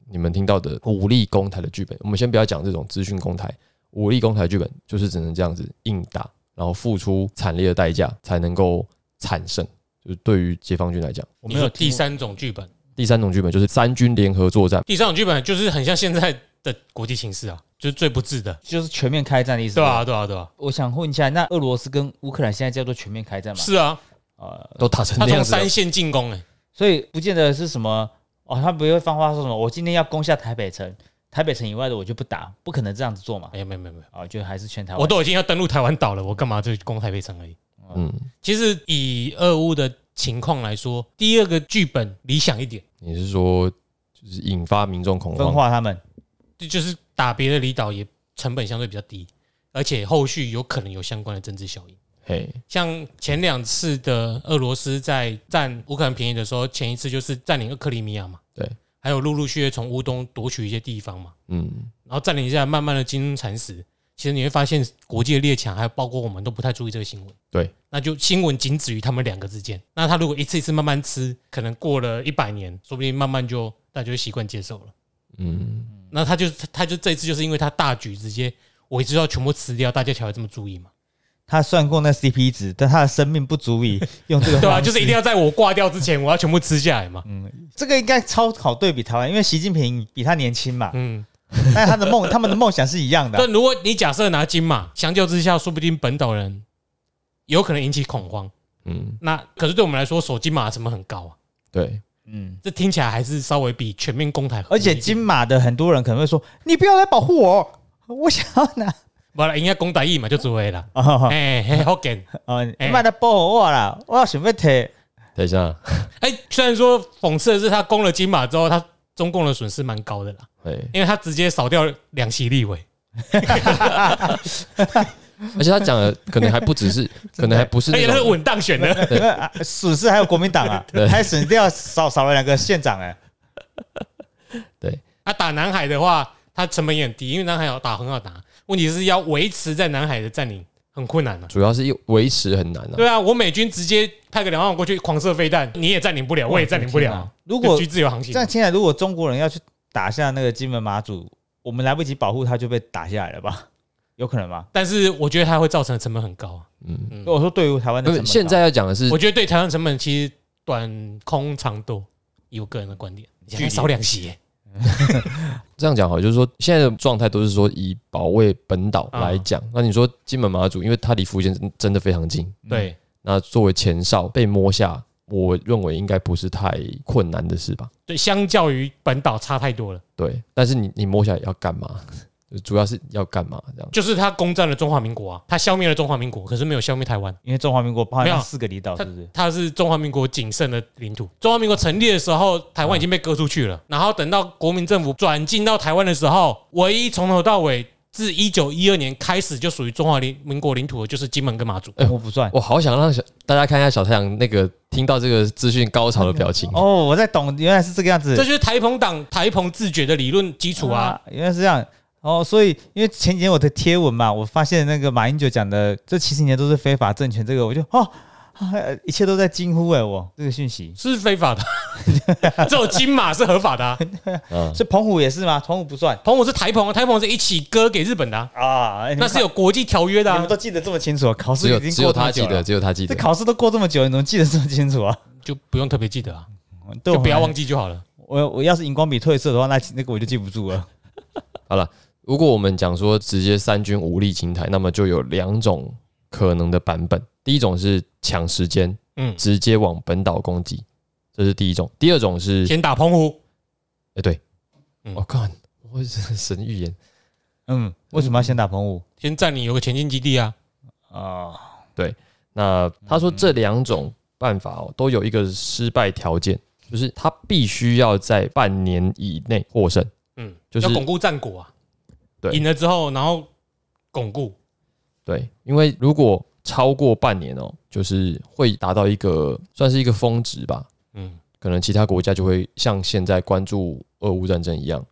[SPEAKER 1] 你们听到的武力攻台的剧本，我们先不要讲这种资讯攻台，武力攻台剧本就是只能这样子硬打，然后付出惨烈的代价才能够产胜。就是对于解放军来讲，
[SPEAKER 3] 我
[SPEAKER 2] 你
[SPEAKER 3] 没有
[SPEAKER 2] 说第
[SPEAKER 3] 听过
[SPEAKER 2] 三种剧本，
[SPEAKER 1] 第三种剧本就是三军联合作战，
[SPEAKER 2] 第三种剧本就是很像现在的国际形势啊，就是最不智的，
[SPEAKER 3] 就是全面开战的意思。
[SPEAKER 2] 对啊，，对啊，对啊，
[SPEAKER 3] 我想问一下，那俄罗斯跟乌克兰现在叫做全面开战吗？
[SPEAKER 2] 是啊，
[SPEAKER 3] 呃，
[SPEAKER 1] 都打成
[SPEAKER 2] 他
[SPEAKER 1] 那样
[SPEAKER 2] 从
[SPEAKER 1] 子啊了
[SPEAKER 2] 三，线进攻，哎，
[SPEAKER 3] 所以不见得是什么哦，他不会放话说什么，我今天要攻下台北城，台北城以外的我就不打，不可能这样子做嘛。
[SPEAKER 2] 哎没有，没有，没有，没有，
[SPEAKER 3] 啊、就还是全台湾。
[SPEAKER 2] 我都已经要登陆台湾岛了，我干嘛就攻台北城而已？
[SPEAKER 1] 嗯，
[SPEAKER 2] 其实以俄乌的情况来说，第二个剧本理想一点，
[SPEAKER 1] 你是说就是引发民众恐
[SPEAKER 3] 分
[SPEAKER 1] 慌？
[SPEAKER 3] 化他们，
[SPEAKER 2] 就就是打别的离岛也成本相对比较低，而且后续有可能有相关的政治效应。
[SPEAKER 1] 嘿，
[SPEAKER 2] 像前两次的俄罗斯在占乌克兰便宜的时候，前一次就是占领了克里米亚嘛，
[SPEAKER 1] 对，
[SPEAKER 2] 还有陆陆续续从乌东夺取一些地方嘛，
[SPEAKER 1] 嗯，
[SPEAKER 2] 然后占领一下，慢慢的金融蚕食。其实你会发现，国际的列强还有包括我们都不太注意这个新闻。
[SPEAKER 1] 对，
[SPEAKER 2] 那就新闻仅止于他们两个之间。那他如果一次一次慢慢吃，可能过了一百年，说不定慢慢就大家就习惯接受了。
[SPEAKER 1] 嗯，
[SPEAKER 2] 那他就他就这一次就是因为他大局直接，我一直要全部吃掉，大家才会这么注意嘛。
[SPEAKER 3] 他算过那 CP 值，但他的生命不 足以用这个。
[SPEAKER 2] 对啊，就是一定。要在我挂掉之前，我要全部吃下来嘛。
[SPEAKER 3] 这个应该超好对比台湾，因为习近平比他年 轻嘛，
[SPEAKER 2] 嗯，
[SPEAKER 3] 但是他的梦，他们的梦想是一样的啊。
[SPEAKER 2] 但如果你假设拿金马，相较之下，说不定本岛人有可能引起恐慌。
[SPEAKER 1] 嗯，
[SPEAKER 2] 那可是对我们来说，手金马成本很高啊。
[SPEAKER 1] 对，
[SPEAKER 3] 嗯，
[SPEAKER 2] 这听起来还是稍微比全面公台合理一
[SPEAKER 3] 而
[SPEAKER 2] 点，
[SPEAKER 3] 且金马的很多人可能会说，你不要来保护我，我想要拿。
[SPEAKER 2] 不啦，应该讲台语嘛，就做位啦。
[SPEAKER 3] 哦
[SPEAKER 2] 哎、嘿好紧。
[SPEAKER 3] 哦，你
[SPEAKER 2] 哎
[SPEAKER 3] 卖的报我啦，我想要摕。
[SPEAKER 1] 等一下，
[SPEAKER 2] 哎、虽然说讽刺的是，他攻了金马之后，他中共的损失蛮高的啦，
[SPEAKER 1] 哎，
[SPEAKER 2] 因为他直接扫掉两席立委。
[SPEAKER 1] 而且他讲的可能还不 只是，可能还不是
[SPEAKER 2] 而
[SPEAKER 1] 哎那
[SPEAKER 2] 且他哎是
[SPEAKER 1] 种
[SPEAKER 2] 稳当选的，
[SPEAKER 3] 因为 啊损失还有国民党啊
[SPEAKER 1] 对，
[SPEAKER 3] 还损掉少少了两个县长哎、
[SPEAKER 2] 他啊打南海的话，他成本也很低，因为南海要打很好打，问题是要维持在南海的占领很困难啊。
[SPEAKER 1] 主要是维持很难啊。
[SPEAKER 2] 对啊，我美军直接派个两万过去狂射飞弹，你也占领不 了，我也占领不了啊。
[SPEAKER 3] 如果
[SPEAKER 2] 就居自由航行
[SPEAKER 3] 这，样听起来，如果中国人要去打下那个金门马祖，我们来不及保护他就被打下来了吧？有可能吗？
[SPEAKER 2] 但是我觉得它会造成的成本很高啊。
[SPEAKER 1] 嗯，
[SPEAKER 2] 嗯
[SPEAKER 3] 我说对于台湾的
[SPEAKER 1] 不
[SPEAKER 3] 成
[SPEAKER 1] 是
[SPEAKER 3] 本
[SPEAKER 1] 现
[SPEAKER 3] 高，
[SPEAKER 1] 在要讲的是
[SPEAKER 2] 我觉得对台湾成本其实短空长多，以我个人的观点，
[SPEAKER 3] 距离
[SPEAKER 2] 还少两席耶、
[SPEAKER 1] 这样讲好，就是说现在的状态都是说以保卫本岛来讲。那你说金门马祖，因为它离福建真真的非常近，
[SPEAKER 2] 对，
[SPEAKER 1] 那作为前哨被摸下，我认为应该不是太困难的事吧？
[SPEAKER 2] 对，相较于本岛差太多了。
[SPEAKER 1] 对，但是你你摸下来要干嘛？主要是要干嘛？这样
[SPEAKER 2] 就是他攻占了中华民国啊，他消灭了中华民国，可是没有消灭台湾，
[SPEAKER 3] 因为中华民国包含
[SPEAKER 2] 没有
[SPEAKER 3] 那四个离岛，是不是？
[SPEAKER 2] 它是中华民国仅剩的领土。中华民国成立的时候，台湾已经被割出去了，然后等到国民政府转进到台湾的时候，唯一从头到尾自一九一二年开始就属于中华民民国领土的就是金门跟马祖。
[SPEAKER 1] 哎
[SPEAKER 3] 我不算
[SPEAKER 1] 我好想让小大家看一下小太阳那个听到这个资讯高潮的表情。
[SPEAKER 3] 哦，我在懂，原来是这个样子
[SPEAKER 2] 这。就是台澎党台澎自决的理论基础啊，
[SPEAKER 3] 原来是这样。哦，所以因为前几天我的贴文嘛，我发现那个马英九讲的这七十年都是非法政权，这个我就哦，啊一切都在惊呼哎，我这个讯息。
[SPEAKER 2] 是非法的。 只有金马是合法的、啊，
[SPEAKER 1] 嗯，
[SPEAKER 3] 所以澎湖也是吗？澎湖不算
[SPEAKER 2] 澎湖是台澎啊，台澎是一起割给日本的啊、
[SPEAKER 3] 啊，哎你
[SPEAKER 2] 那
[SPEAKER 3] 们
[SPEAKER 2] 是有国际条约的、
[SPEAKER 3] 你
[SPEAKER 2] 啊
[SPEAKER 3] 们。都记得这么清楚，考
[SPEAKER 1] 只
[SPEAKER 3] 试
[SPEAKER 1] 有
[SPEAKER 3] 已
[SPEAKER 1] 只
[SPEAKER 3] 经
[SPEAKER 1] 有
[SPEAKER 3] 过这
[SPEAKER 1] 他
[SPEAKER 3] 么
[SPEAKER 1] 记
[SPEAKER 3] 久
[SPEAKER 1] 得，
[SPEAKER 3] 了，
[SPEAKER 1] 只有他记
[SPEAKER 3] 这
[SPEAKER 1] 得。
[SPEAKER 3] 考试都过这么久，你怎么记得这么清楚啊？
[SPEAKER 2] 就不用特别记得啊，
[SPEAKER 3] 对哎
[SPEAKER 2] 就
[SPEAKER 3] 我
[SPEAKER 2] 不要
[SPEAKER 3] 很
[SPEAKER 2] 忘记就好了。
[SPEAKER 3] 我我要是荧光笔褪色的话，那那个我就记不住了。
[SPEAKER 1] 如果我们讲说直接三军无力侵台，那么就有两种可能的版本。第一种是抢时间，
[SPEAKER 2] 嗯
[SPEAKER 1] 直接往本岛攻击，这是第一种。第二种是，哎、
[SPEAKER 2] 先打澎湖，
[SPEAKER 1] 对，
[SPEAKER 2] 嗯
[SPEAKER 1] 我、看、我是神预言，
[SPEAKER 3] 嗯，为什么要先打澎湖
[SPEAKER 2] 先占领有个前进基地啊。
[SPEAKER 3] 啊？
[SPEAKER 1] 那他说这两种办法哦，都有一个失败条件，就是他必须要在半年以内获胜。
[SPEAKER 2] 嗯，
[SPEAKER 1] 就是
[SPEAKER 2] 要巩固战果啊。
[SPEAKER 1] 对
[SPEAKER 2] 赢了之后，然后巩固，
[SPEAKER 1] 对，因为如果超过半年哦，就是会达到一个算是一个峰值吧，
[SPEAKER 2] 嗯，
[SPEAKER 1] 可能其他国家就会像现在关注俄乌战争一样。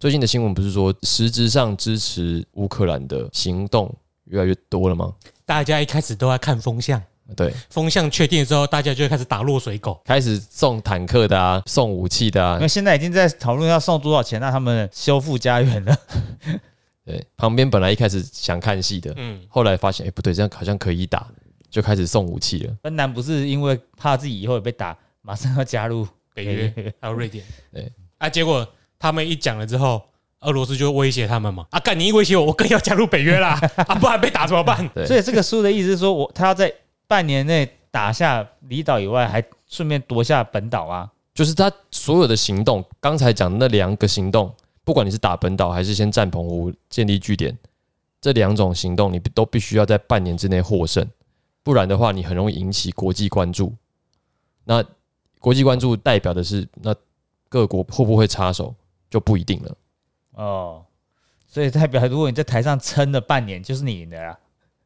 [SPEAKER 1] 最近的新闻不是说实质上支持乌克兰的行动越来越多了吗？
[SPEAKER 2] 大家一开始都在看风向，
[SPEAKER 1] 对，
[SPEAKER 2] 风向确定之后，大家就会开始打落水狗。
[SPEAKER 1] 开始送坦克的啊，送武器的啊
[SPEAKER 3] 因为，现在已经在讨论要送多少钱让他们修复家园了。
[SPEAKER 1] 对，旁边本来一开始想看戏的，
[SPEAKER 2] 嗯，
[SPEAKER 1] 后来发现哎、诶不对，这样好像可以打，就开始送武器了。
[SPEAKER 3] 芬兰不是因为怕自己以后也被打，马上要加入
[SPEAKER 2] 北约还有瑞典，
[SPEAKER 1] 对
[SPEAKER 2] 啊，结果他们一讲了之后，俄罗斯就威胁他们嘛。啊，干你一威胁我，我更要加入北 约啦！啊，不然被打怎么办？
[SPEAKER 1] 对，
[SPEAKER 3] 所以这个书的意思是说，我他要在半年内打下离岛以外，还顺便夺下本岛啊。
[SPEAKER 1] 就是他所有的行动，刚才讲那两个行动，不管你是打本岛还是先占澎湖建立据点，这两种行动你都必须要在半年之内获胜，不然的话你很容易引起国际关注。那国际关注代表的是，那各国会不会插手就不一定了。
[SPEAKER 3] 哦，所以代表如果你在台上撑了半年，就是你赢的啦。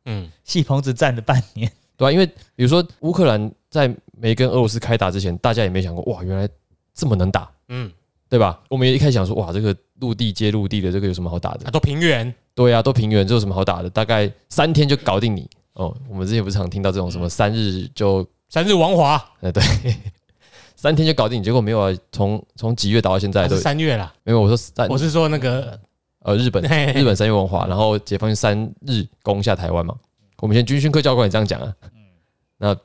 [SPEAKER 2] 嗯，
[SPEAKER 3] 戏棚子站了半年，
[SPEAKER 1] 对啊，因为比如说乌克兰在没跟俄罗斯开打之前，大家也没想过哇，原来这么能打，
[SPEAKER 2] 嗯，
[SPEAKER 1] 对吧？我们也一开始想说哇，这个陆地接陆地的，这个有什么好打的
[SPEAKER 2] 啊，？都平原，
[SPEAKER 1] 对啊，都平原，这有什么好打的？大概三天就搞定你。哦，我们之前不是常听到这种什
[SPEAKER 2] 嗯
[SPEAKER 1] 么三日就
[SPEAKER 2] 三日王华，
[SPEAKER 1] 呃对， 三天就搞定你，结果没有啊，从从几月打到现在
[SPEAKER 2] 还
[SPEAKER 1] 都
[SPEAKER 2] 啊是三月啦。
[SPEAKER 1] 没有。我说三
[SPEAKER 2] 我是说那个
[SPEAKER 1] 呃日本
[SPEAKER 2] 嘿嘿嘿
[SPEAKER 1] 哎日本三月文化，然后解放军三日攻下台湾嘛。我们以前军训课教官也这样讲啊。那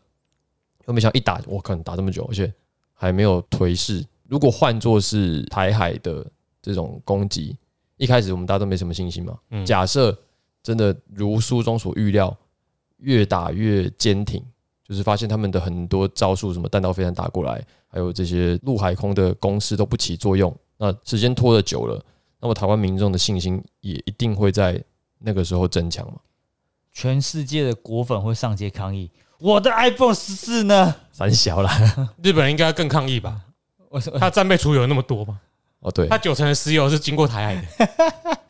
[SPEAKER 1] 我没想到一打，我靠，打这么久，而且还没有颓势。如果换作是台海的这种攻击，一开始我们大家都没什么信心嘛。
[SPEAKER 2] 嗯
[SPEAKER 1] 假设真的如书中所预料，越打越坚挺，就是发现他们的很多招数，什么弹道飞弹打过来，还有这些陆海空的攻势都不起作用。那时间拖得久了，那么台湾民众的信心也一定会在那个时候争抢嘛。
[SPEAKER 3] 全世界的果粉会上街抗议，我的 iPhone 十四呢？
[SPEAKER 1] 三小啦，
[SPEAKER 2] 日本人应该更抗议吧？
[SPEAKER 3] 我说
[SPEAKER 2] 他战备储油那么多吗？
[SPEAKER 1] 哦哎对，
[SPEAKER 2] 他
[SPEAKER 1] 然
[SPEAKER 2] 九成的石油是经过台海的。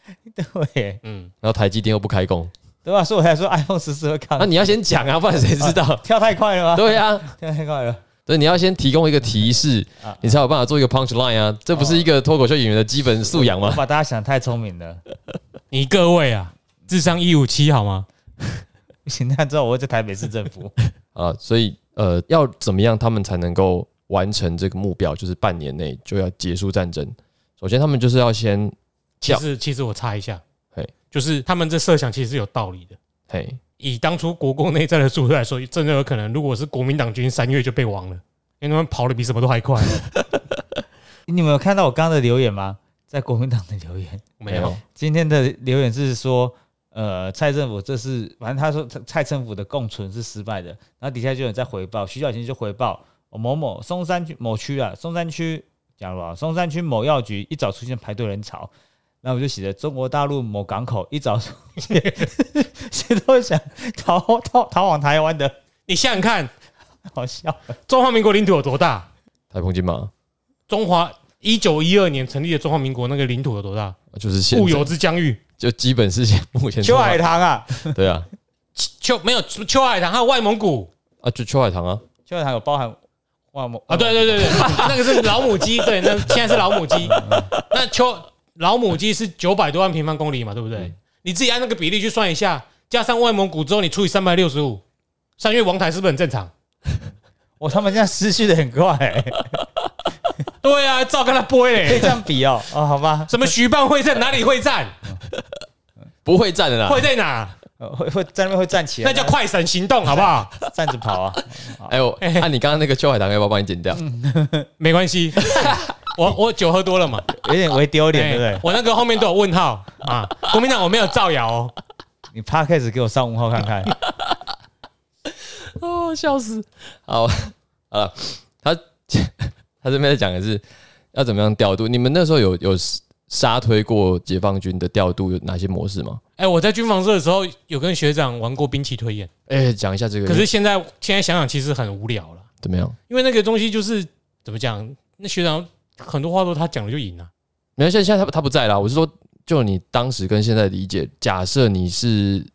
[SPEAKER 3] 对
[SPEAKER 2] 嗯，
[SPEAKER 1] 后台积电又不开工，
[SPEAKER 3] 对吧？所以我才说 iPhone 十四会抗
[SPEAKER 1] 那、
[SPEAKER 3] 议，
[SPEAKER 1] 你要先讲啊，不然谁知 道？
[SPEAKER 3] 跳太快了吗？
[SPEAKER 1] 对啊，
[SPEAKER 3] 跳太快了。
[SPEAKER 1] 对，你要先提供一个提示
[SPEAKER 3] 啊，
[SPEAKER 1] 你才有办法做一个 punch line 啊，这不是一个脱口秀演员的基本素 养
[SPEAKER 3] 我
[SPEAKER 1] 吗？
[SPEAKER 3] 把大家想得太聪明了，
[SPEAKER 2] 你各位啊，智商一五七好吗？
[SPEAKER 3] 不行，那之后我会在台北市政府。
[SPEAKER 1] 啊，所以呃，要怎么样他们才能够完成这个目标？就是半年内就要结束战争。首先，他们就是要先
[SPEAKER 2] 其
[SPEAKER 1] 叫
[SPEAKER 2] 实其实我插一下
[SPEAKER 1] 嘿，
[SPEAKER 2] 就是他们这设想其实是有道理的。
[SPEAKER 1] 嘿，
[SPEAKER 2] 以当初国共内战的速度来说，真的有可能，如果是国民党军三月就被亡了，因为他们跑的比什么都还 快。
[SPEAKER 3] 你们有看到我刚刚的留言吗？在国民党的留言，
[SPEAKER 2] 没
[SPEAKER 1] 哎
[SPEAKER 2] 有，
[SPEAKER 3] 今天的留言是说，呃，蔡政府这是，反正他说蔡蔡政府的共存是失败的，然后底下就有人在回报，徐小琴就回报、哦某某松山区某区啊，松山区，假如啊，松山区某药局一早出现排队人潮，那我就写着中国大陆某港口一早出现， 谁都想逃逃逃往台湾的，
[SPEAKER 2] 你想想看，
[SPEAKER 3] 好笑。
[SPEAKER 2] 中华民国领土有多大？
[SPEAKER 1] 台风金马
[SPEAKER 2] 中华一九一二年成立的中华民国那个领土有多大？
[SPEAKER 1] 就是现
[SPEAKER 2] 固
[SPEAKER 1] 在
[SPEAKER 2] 有之疆域，
[SPEAKER 1] 就基本是现目前
[SPEAKER 3] 邱海棠啊，
[SPEAKER 1] 对啊
[SPEAKER 2] 秋没有秋海棠，还有外蒙古
[SPEAKER 1] 啊，就秋海棠啊，
[SPEAKER 3] 邱海棠有包含哦哇某
[SPEAKER 2] 啊，对对 对对，那个是老母鸡，对，那现在是老母 鸡。那秋老母鸡是九百多万平方公里嘛，对不对？你自己按那个比例去算一下，加上外蒙古之后，你除以三百六十五，三月王台是不是很正常？
[SPEAKER 3] 我他们这样失去的很 快、欸，
[SPEAKER 2] 对啊，照跟他播
[SPEAKER 3] 可 以
[SPEAKER 2] 嘞。
[SPEAKER 3] 这样比哦，哦，好吧，
[SPEAKER 2] 什么徐蚌会战？哪里会战？
[SPEAKER 1] 不会站的啦。
[SPEAKER 2] 会在哪？
[SPEAKER 3] 呃会会在那边会站起来，
[SPEAKER 2] 那叫快闪行动，好不 好？
[SPEAKER 3] 站着跑啊！
[SPEAKER 1] 哎呦，按、你刚刚那个秋海棠要不要帮你剪掉？
[SPEAKER 2] 嗯没关 系，我我酒喝多了嘛，
[SPEAKER 3] 有点微丢脸，对不
[SPEAKER 2] 哎
[SPEAKER 3] 对？
[SPEAKER 2] 我那个后面都有问号啊。国民党我没有造谣哦。
[SPEAKER 3] 你 p o d c a s 给我上五号看看，
[SPEAKER 1] 哦，笑死！好，好了，他 他这边在讲的是要怎么样调度？你们那时候有有杀推过解放军的调度有哪些模式吗？
[SPEAKER 2] 哎，我在军防社的时候有跟学长玩过兵棋推演，
[SPEAKER 1] 哎、讲一下这个，
[SPEAKER 2] 可是现在现在想想其实很无聊了，
[SPEAKER 1] 怎么样？
[SPEAKER 2] 因为那个东西就是怎么讲，那学长很多话都他讲了就赢了。
[SPEAKER 1] 没有，现在现在他不他不在啦。我是说，就你当时跟现在理解，假设你是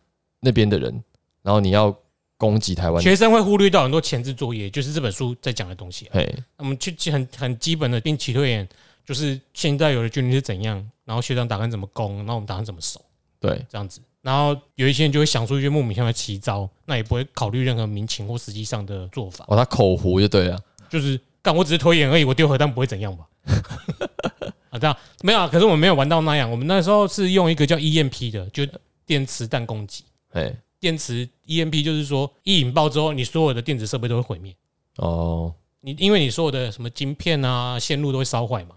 [SPEAKER 1] 那边的人，然后你要攻击台湾，
[SPEAKER 2] 学生会忽略到很多前置作业，就是这本书在讲的东西啊。
[SPEAKER 1] 嘿，
[SPEAKER 2] 我们去去很很基本的兵棋推演，就是现在有的军力是怎样，然后学长打算怎么攻，然后我们打算怎么守。
[SPEAKER 1] 对，
[SPEAKER 2] 这样子。然后有一些人就会想出一些莫名其妙的奇招，那也不会考虑任何民情或实际上的做法，
[SPEAKER 1] 哦，他口胡就对了，
[SPEAKER 2] 就是干我只是拖延而已，我丢核弹不会怎样吧？啊，这样没有啊，可是我们没有玩到那样，我们那时候是用一个叫 EMP 的，就电磁弹攻击。
[SPEAKER 1] 嘿，
[SPEAKER 2] 电磁 EMP 就是说一引爆之后，你所有的电子设备都会毁灭，
[SPEAKER 1] 哦，
[SPEAKER 2] 你因为你所有的什么晶片啊、线路都会烧坏嘛，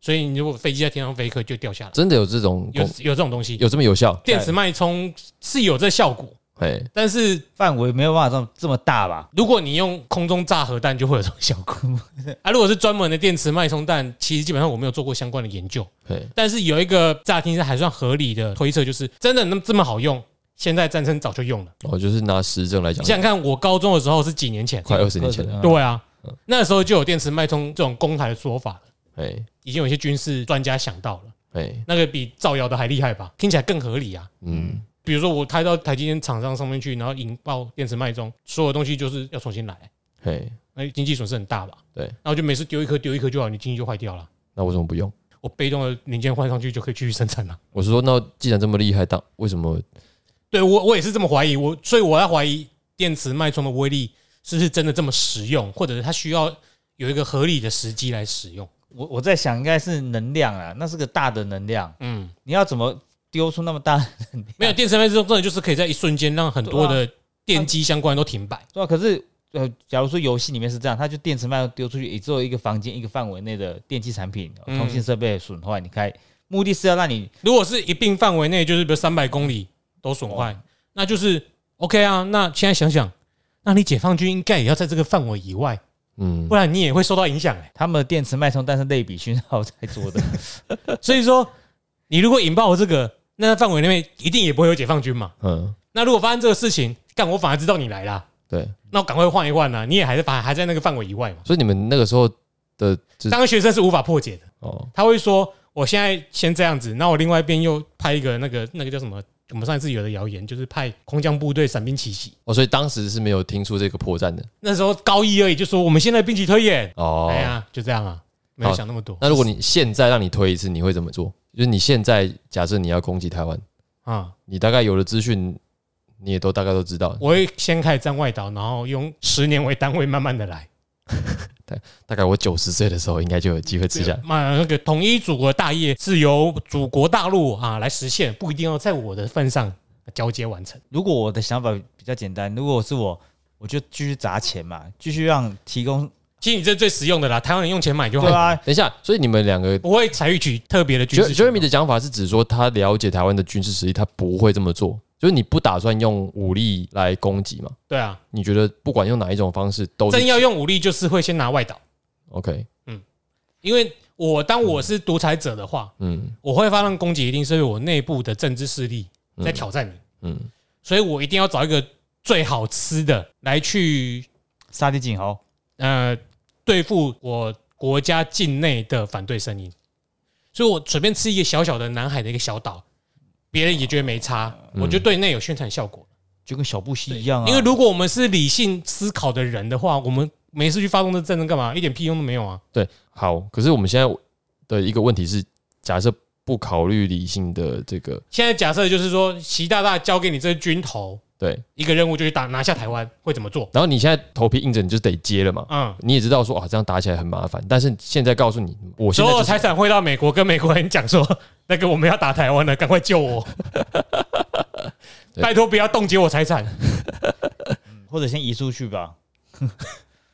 [SPEAKER 2] 所以你如果飞机在天上飞，可以就掉下来，
[SPEAKER 1] 真的有这种
[SPEAKER 2] 有
[SPEAKER 1] 攻
[SPEAKER 2] 有这种东西，
[SPEAKER 1] 有这么有效？
[SPEAKER 2] 电磁脉冲是有这效果，
[SPEAKER 1] 嘿，
[SPEAKER 2] 但是
[SPEAKER 3] 范围没有办法这么这么大吧？
[SPEAKER 2] 如果你用空中炸核弹，就会有这种效果啊。如果是专门的电磁脉冲弹，其实基本上我没有做过相关的研究，
[SPEAKER 1] 嘿，
[SPEAKER 2] 但是有一个乍听是还算合理的推测，就是真的那么这么好用，现在战争早就用了。
[SPEAKER 1] 哦，就是拿实证来讲
[SPEAKER 2] 你，想想看，我高中的时候是几年前，
[SPEAKER 1] 快二十年前 了，
[SPEAKER 3] 嗯
[SPEAKER 2] 对啊，那时候就有电磁脉冲这种公台的说法了，
[SPEAKER 1] 嘿，
[SPEAKER 2] 已经有一些军事专家想到了，
[SPEAKER 1] 嘿，
[SPEAKER 2] 那个比造谣的还厉害吧？听起来更合理啊。
[SPEAKER 1] 嗯，
[SPEAKER 2] 比如说我开到台积电厂商上面去，然后引爆电磁脉冲，所有东西就是要重新来。
[SPEAKER 1] 嘿，
[SPEAKER 2] 那经济损失很大吧？
[SPEAKER 1] 对
[SPEAKER 2] 然后就每次丢一颗丢一颗就好，你经济就坏掉了。
[SPEAKER 1] 那为什么不用？
[SPEAKER 2] 我被动的零件换上去就可以继续生产了。
[SPEAKER 1] 我是说，那既然这么厉害，当为什么？
[SPEAKER 2] 对我我也是这么怀疑，我所以我要怀疑电池脉冲的威力是不是真的这么实用，或者是它需要有一个合理的时机来使用。
[SPEAKER 3] 我我在想应该是能量啊，那是个大的能量，
[SPEAKER 2] 嗯，
[SPEAKER 3] 你要怎么丢出那么大？
[SPEAKER 2] 没有电池脉冲真的就是可以在一瞬间让很多
[SPEAKER 3] 对
[SPEAKER 2] 的电机相关都停摆。
[SPEAKER 3] 对吧、可是呃，假如说游戏里面是这样，它就电池脉丢出去，也只有一个房间一个范围内的电器产品、哦
[SPEAKER 2] 嗯
[SPEAKER 3] 通信设备损坏，你开目的是要让你
[SPEAKER 2] 如果是一定范围内，就是比如三百公里都损坏，那就是 OK 啊。那现在想想，那你解放军应该也要在这个范围以外，
[SPEAKER 1] 嗯
[SPEAKER 2] 不，然你也会受到影响、欸。
[SPEAKER 3] 他们的电池脉冲，但是类比讯号在做的，
[SPEAKER 2] 所以说，你如果引爆这个，那在范围内面一定也不会有解放军嘛。
[SPEAKER 1] 嗯，
[SPEAKER 2] 那如果发生这个事情，干我反而知道你来啦，
[SPEAKER 1] 对，
[SPEAKER 2] 那我赶快换一换啦。你也还是反还在那个范围以外嘛。
[SPEAKER 1] 所以你们那个时候的这
[SPEAKER 2] 当学生是无法破解的，
[SPEAKER 1] 哦，
[SPEAKER 2] 他会说我现在先这样子，那我另外一边又派一个那个那个叫什么？我们上一次有的谣言就是派空降部队伞兵奇袭，
[SPEAKER 1] 哦，所以当时是没有听出这个破绽的
[SPEAKER 2] 那时候高一而已，就说我们现在兵棋推演，
[SPEAKER 1] 哦。
[SPEAKER 2] 哎呀，就这样啊，没有想那么多。
[SPEAKER 1] 那如果你现在让你推一次，你会怎么做？就是你现在假设你要攻击台湾，
[SPEAKER 2] 啊，
[SPEAKER 1] 你大概有的资讯，你也都大概都知道，
[SPEAKER 2] 我会先开始站外岛，然后用十年为单位，慢慢的来。
[SPEAKER 1] 大概我九十岁的时候应该就有机会吃下来。
[SPEAKER 2] 嘛，那个统一祖国大业是由祖国大陆啊来实现，不一定要在我的份上交接完成。
[SPEAKER 3] 如果我的想法比较简单，如果是我，我就继续砸钱嘛，继续让提供
[SPEAKER 2] 其实你这是最实用的啦，台湾人用钱买就好
[SPEAKER 3] 对
[SPEAKER 2] 了，
[SPEAKER 3] 啊，
[SPEAKER 1] 等一下，所以你们两个
[SPEAKER 2] 不会采取特别的军
[SPEAKER 1] Jer-
[SPEAKER 2] 事行
[SPEAKER 1] Jeremy
[SPEAKER 2] 动。
[SPEAKER 1] 的讲法是指说，他了解台湾的军事实力，他不会这么做，就是你不打算用武力来攻击嘛？
[SPEAKER 2] 对啊，
[SPEAKER 1] 你觉得不管用哪一种方式都是
[SPEAKER 2] 真要用武力，就是会先拿外岛，
[SPEAKER 1] OK？
[SPEAKER 2] 因为我当我是独裁者的话，
[SPEAKER 1] 嗯
[SPEAKER 2] 我会发动攻击，一定是因为我内部的政治势力在挑战你，
[SPEAKER 1] 嗯，
[SPEAKER 2] 所以我一定要找一个最好吃的来去
[SPEAKER 3] 杀敌儆猴，
[SPEAKER 2] 呃，对付我国家境内的反对声音，所以我随便吃一个小小的南海的一个小岛，别人也觉得没差，
[SPEAKER 1] 嗯
[SPEAKER 2] 我就对内有宣传效果。
[SPEAKER 3] 就跟小布希一样啊。
[SPEAKER 2] 因为如果我们是理性思考的人的话，我们每次去发动这战争干嘛？一点屁用都没有啊！
[SPEAKER 1] 好。可是我们现在的一个问题是，假设不考虑理性的这个
[SPEAKER 2] 现在假设就是说，习大大交给你这些军头
[SPEAKER 1] 对，
[SPEAKER 2] 一个任务，就去打拿下台湾，会怎么做？
[SPEAKER 1] 然后你现在头皮硬着，你就得接了嘛。
[SPEAKER 2] 嗯，
[SPEAKER 1] 你也知道说啊，这样打起来很麻烦，但是现在告诉你，我现
[SPEAKER 2] 所
[SPEAKER 1] 在
[SPEAKER 2] 有
[SPEAKER 1] 就是
[SPEAKER 2] 财产汇到美国，跟美国人 讲说，那个我们要打台湾了，赶快救我！
[SPEAKER 1] 对
[SPEAKER 2] 拜托不要冻结我财产。
[SPEAKER 3] 或者先移出去吧，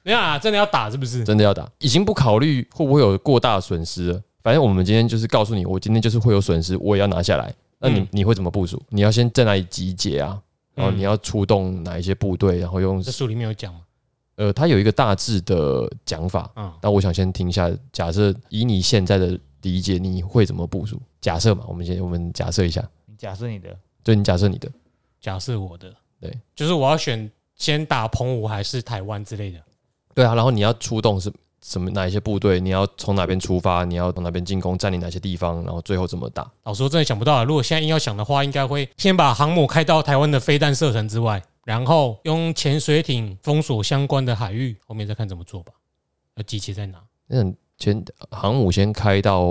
[SPEAKER 2] 没有啊，真的要打是不是？
[SPEAKER 1] 真的要打，已经不考虑会不会有过大的损失了。反正我们今天就是告诉你，我今天就是会有损失，我也要拿下来。那你、
[SPEAKER 2] 嗯
[SPEAKER 1] 你会怎么部署？你要先在哪里集结啊？然后
[SPEAKER 2] 嗯
[SPEAKER 1] 你要出动哪一些部队？然后用
[SPEAKER 2] 这书里面有讲嘛？
[SPEAKER 1] 呃，他有一个大致的讲法。
[SPEAKER 2] 嗯，
[SPEAKER 1] 那我想先听一下，假设以你现在的理解，你会怎么部署？假设嘛，我们先我们假设一下，
[SPEAKER 3] 你假设你的
[SPEAKER 1] 就你假设你的，
[SPEAKER 2] 假设我的
[SPEAKER 1] 对，
[SPEAKER 2] 就是我要选先打澎湖还是台湾之类的。
[SPEAKER 1] 对啊，然后你要出动什什么哪一些部队？你要从哪边出发？你要从哪边进攻？占领哪些地方？然后最后怎么打？
[SPEAKER 2] 老实说，真的想不到啊。如果现在硬要想的话，应该会先把航母开到台湾的飞弹射程之外，然后用潜水艇封锁相关的海域，后面再看怎么做吧。要集结在哪？
[SPEAKER 1] 那前航母先开到，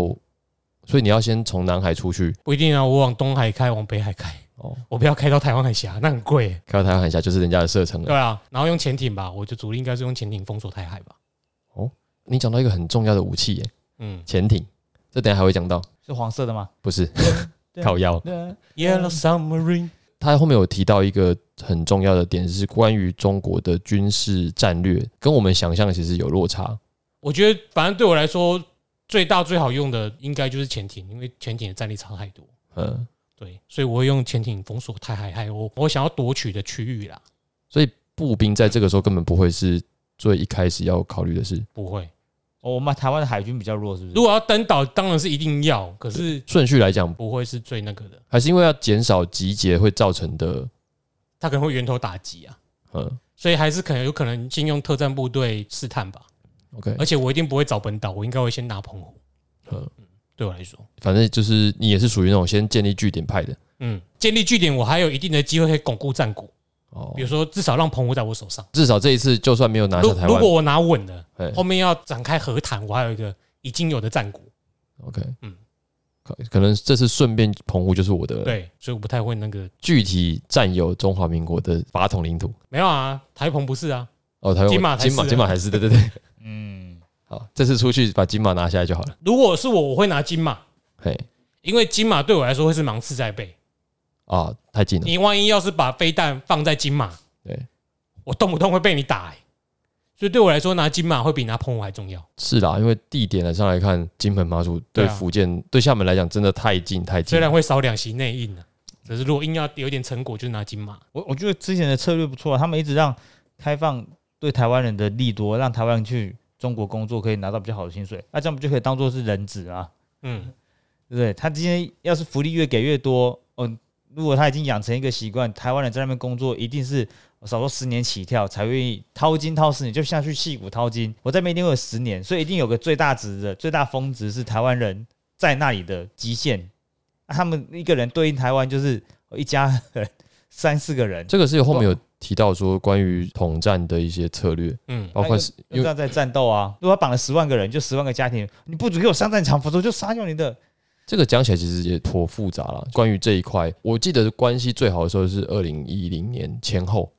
[SPEAKER 1] 所以你要先从南海出去
[SPEAKER 2] 不一定啊，我往东海开，往北海开，
[SPEAKER 1] 哦，
[SPEAKER 2] 我不要开到台湾海峡，那很贵耶、
[SPEAKER 1] 开到台湾海峡就是人家的射程了
[SPEAKER 2] 对。啊，然后用潜艇吧，我就主力应该是用潜艇封锁台海吧。
[SPEAKER 1] 你讲到一个很重要的武器耶，
[SPEAKER 2] 嗯
[SPEAKER 1] 潜艇，这等一下还会讲到，
[SPEAKER 3] 是黄色的吗？
[SPEAKER 1] 不是
[SPEAKER 2] 啊
[SPEAKER 3] 对
[SPEAKER 1] 靠腰。
[SPEAKER 3] 对，
[SPEAKER 2] ，Yellow Submarine。
[SPEAKER 1] 他后面有提到一个很重要的点，是关于中国的军事战略跟我们想象其实有落差。
[SPEAKER 2] 我觉得反正对我来说最大最好用的应该就是潜艇，因为潜艇的战力差太多。
[SPEAKER 1] 嗯，
[SPEAKER 2] 对，所以我会用潜艇封锁台海还有我我想要夺取的区域啦。
[SPEAKER 1] 所以步兵在这个时候根本不会是最一开始要考虑的事，
[SPEAKER 2] 不会，
[SPEAKER 3] 哦，我们台湾的海军比较弱，是不
[SPEAKER 2] 如
[SPEAKER 3] 是？
[SPEAKER 2] 果要登岛，当然是一定要，可是
[SPEAKER 1] 顺序来讲，
[SPEAKER 2] 不会是最那个的，
[SPEAKER 1] 还是因为要减少集结会造成的，
[SPEAKER 2] 它可能会源头打击啊。
[SPEAKER 1] 嗯
[SPEAKER 2] 所以还是可能有可能先用特战部队试探吧，
[SPEAKER 1] ，OK，
[SPEAKER 2] 而且我一定不会找本岛，我应该会先拿澎湖。
[SPEAKER 1] 嗯，
[SPEAKER 2] 对我来说，
[SPEAKER 1] 反正就是你也是属于那种先建立据点派的
[SPEAKER 2] 嗯，建立据点，我还有一定的机会可以巩固战果，
[SPEAKER 1] 哦
[SPEAKER 2] 比。如说至少让澎湖在我手上。
[SPEAKER 1] 至少这一次就算没有拿
[SPEAKER 2] 如
[SPEAKER 1] 下台
[SPEAKER 2] 如
[SPEAKER 1] 湾哎
[SPEAKER 2] 果我拿稳了
[SPEAKER 1] 嘿，
[SPEAKER 2] 后面要展开和谈，我还有一个已经有的战果，
[SPEAKER 1] ，OK，
[SPEAKER 2] 嗯
[SPEAKER 1] 嗯，可可能这次顺便澎湖就是我的
[SPEAKER 2] 对，所以我不太会那个。
[SPEAKER 1] 具体占有中华民国的法统领土。
[SPEAKER 2] 没有啊，台澎不是啊，
[SPEAKER 1] 哦，台湾
[SPEAKER 2] 金马才
[SPEAKER 1] 金马
[SPEAKER 2] 是啊
[SPEAKER 1] 金马还是对对对，
[SPEAKER 3] 嗯，
[SPEAKER 1] 好，这次出去把金马拿下来就好了。
[SPEAKER 2] 如果是我，我会拿金马，
[SPEAKER 1] 嘿，
[SPEAKER 2] 因为金马对我来说会是芒刺在背。
[SPEAKER 1] 啊，太近了，
[SPEAKER 2] 你万一要是把飞弹放在金马，
[SPEAKER 1] 对，
[SPEAKER 2] 我动不动会被你打、欸，所以对我来说拿金马会比拿澎湖还重要。
[SPEAKER 1] 是啦，因为地点来上来看，金门马祖
[SPEAKER 2] 对
[SPEAKER 1] 对
[SPEAKER 2] 啊
[SPEAKER 1] 福建、对厦门来讲真的太近太
[SPEAKER 2] 虽
[SPEAKER 1] 近了。
[SPEAKER 2] 然会少两席内应呢、啊，可是如果硬要有点成果，就是拿金马。
[SPEAKER 3] 我我觉得之前的策略不错啊，他们一直让开放对台湾人的利多，让台湾人去中国工作可以拿到比较好的薪水，那这样不就可以当做是人质啊？
[SPEAKER 2] 嗯，
[SPEAKER 3] 对不对？他今天要是福利越给越多，嗯、如果他已经养成一个习惯，台湾人在那边工作一定是哦少说十年起跳才愿意掏金掏十年，就像去戏骨掏金，我在那边一定会有十年，所以一定有个最大值的最大峰值是台湾人在那里的极限、啊他们一个人对应台湾就是哦一家人 三四个人，
[SPEAKER 1] 这个是有后面有提到说关于统战的一些策略，
[SPEAKER 2] 嗯，
[SPEAKER 1] 包括是
[SPEAKER 3] 就
[SPEAKER 1] 因
[SPEAKER 3] 这
[SPEAKER 1] 为
[SPEAKER 3] 样在战斗啊！如果他绑了十万个人，就十万个家庭，你不准给我上战场，否则我就杀掉你的。
[SPEAKER 1] 这个讲起来其实也颇复杂了。关于这一块，我记得关系最好的时候是二零一零年前后，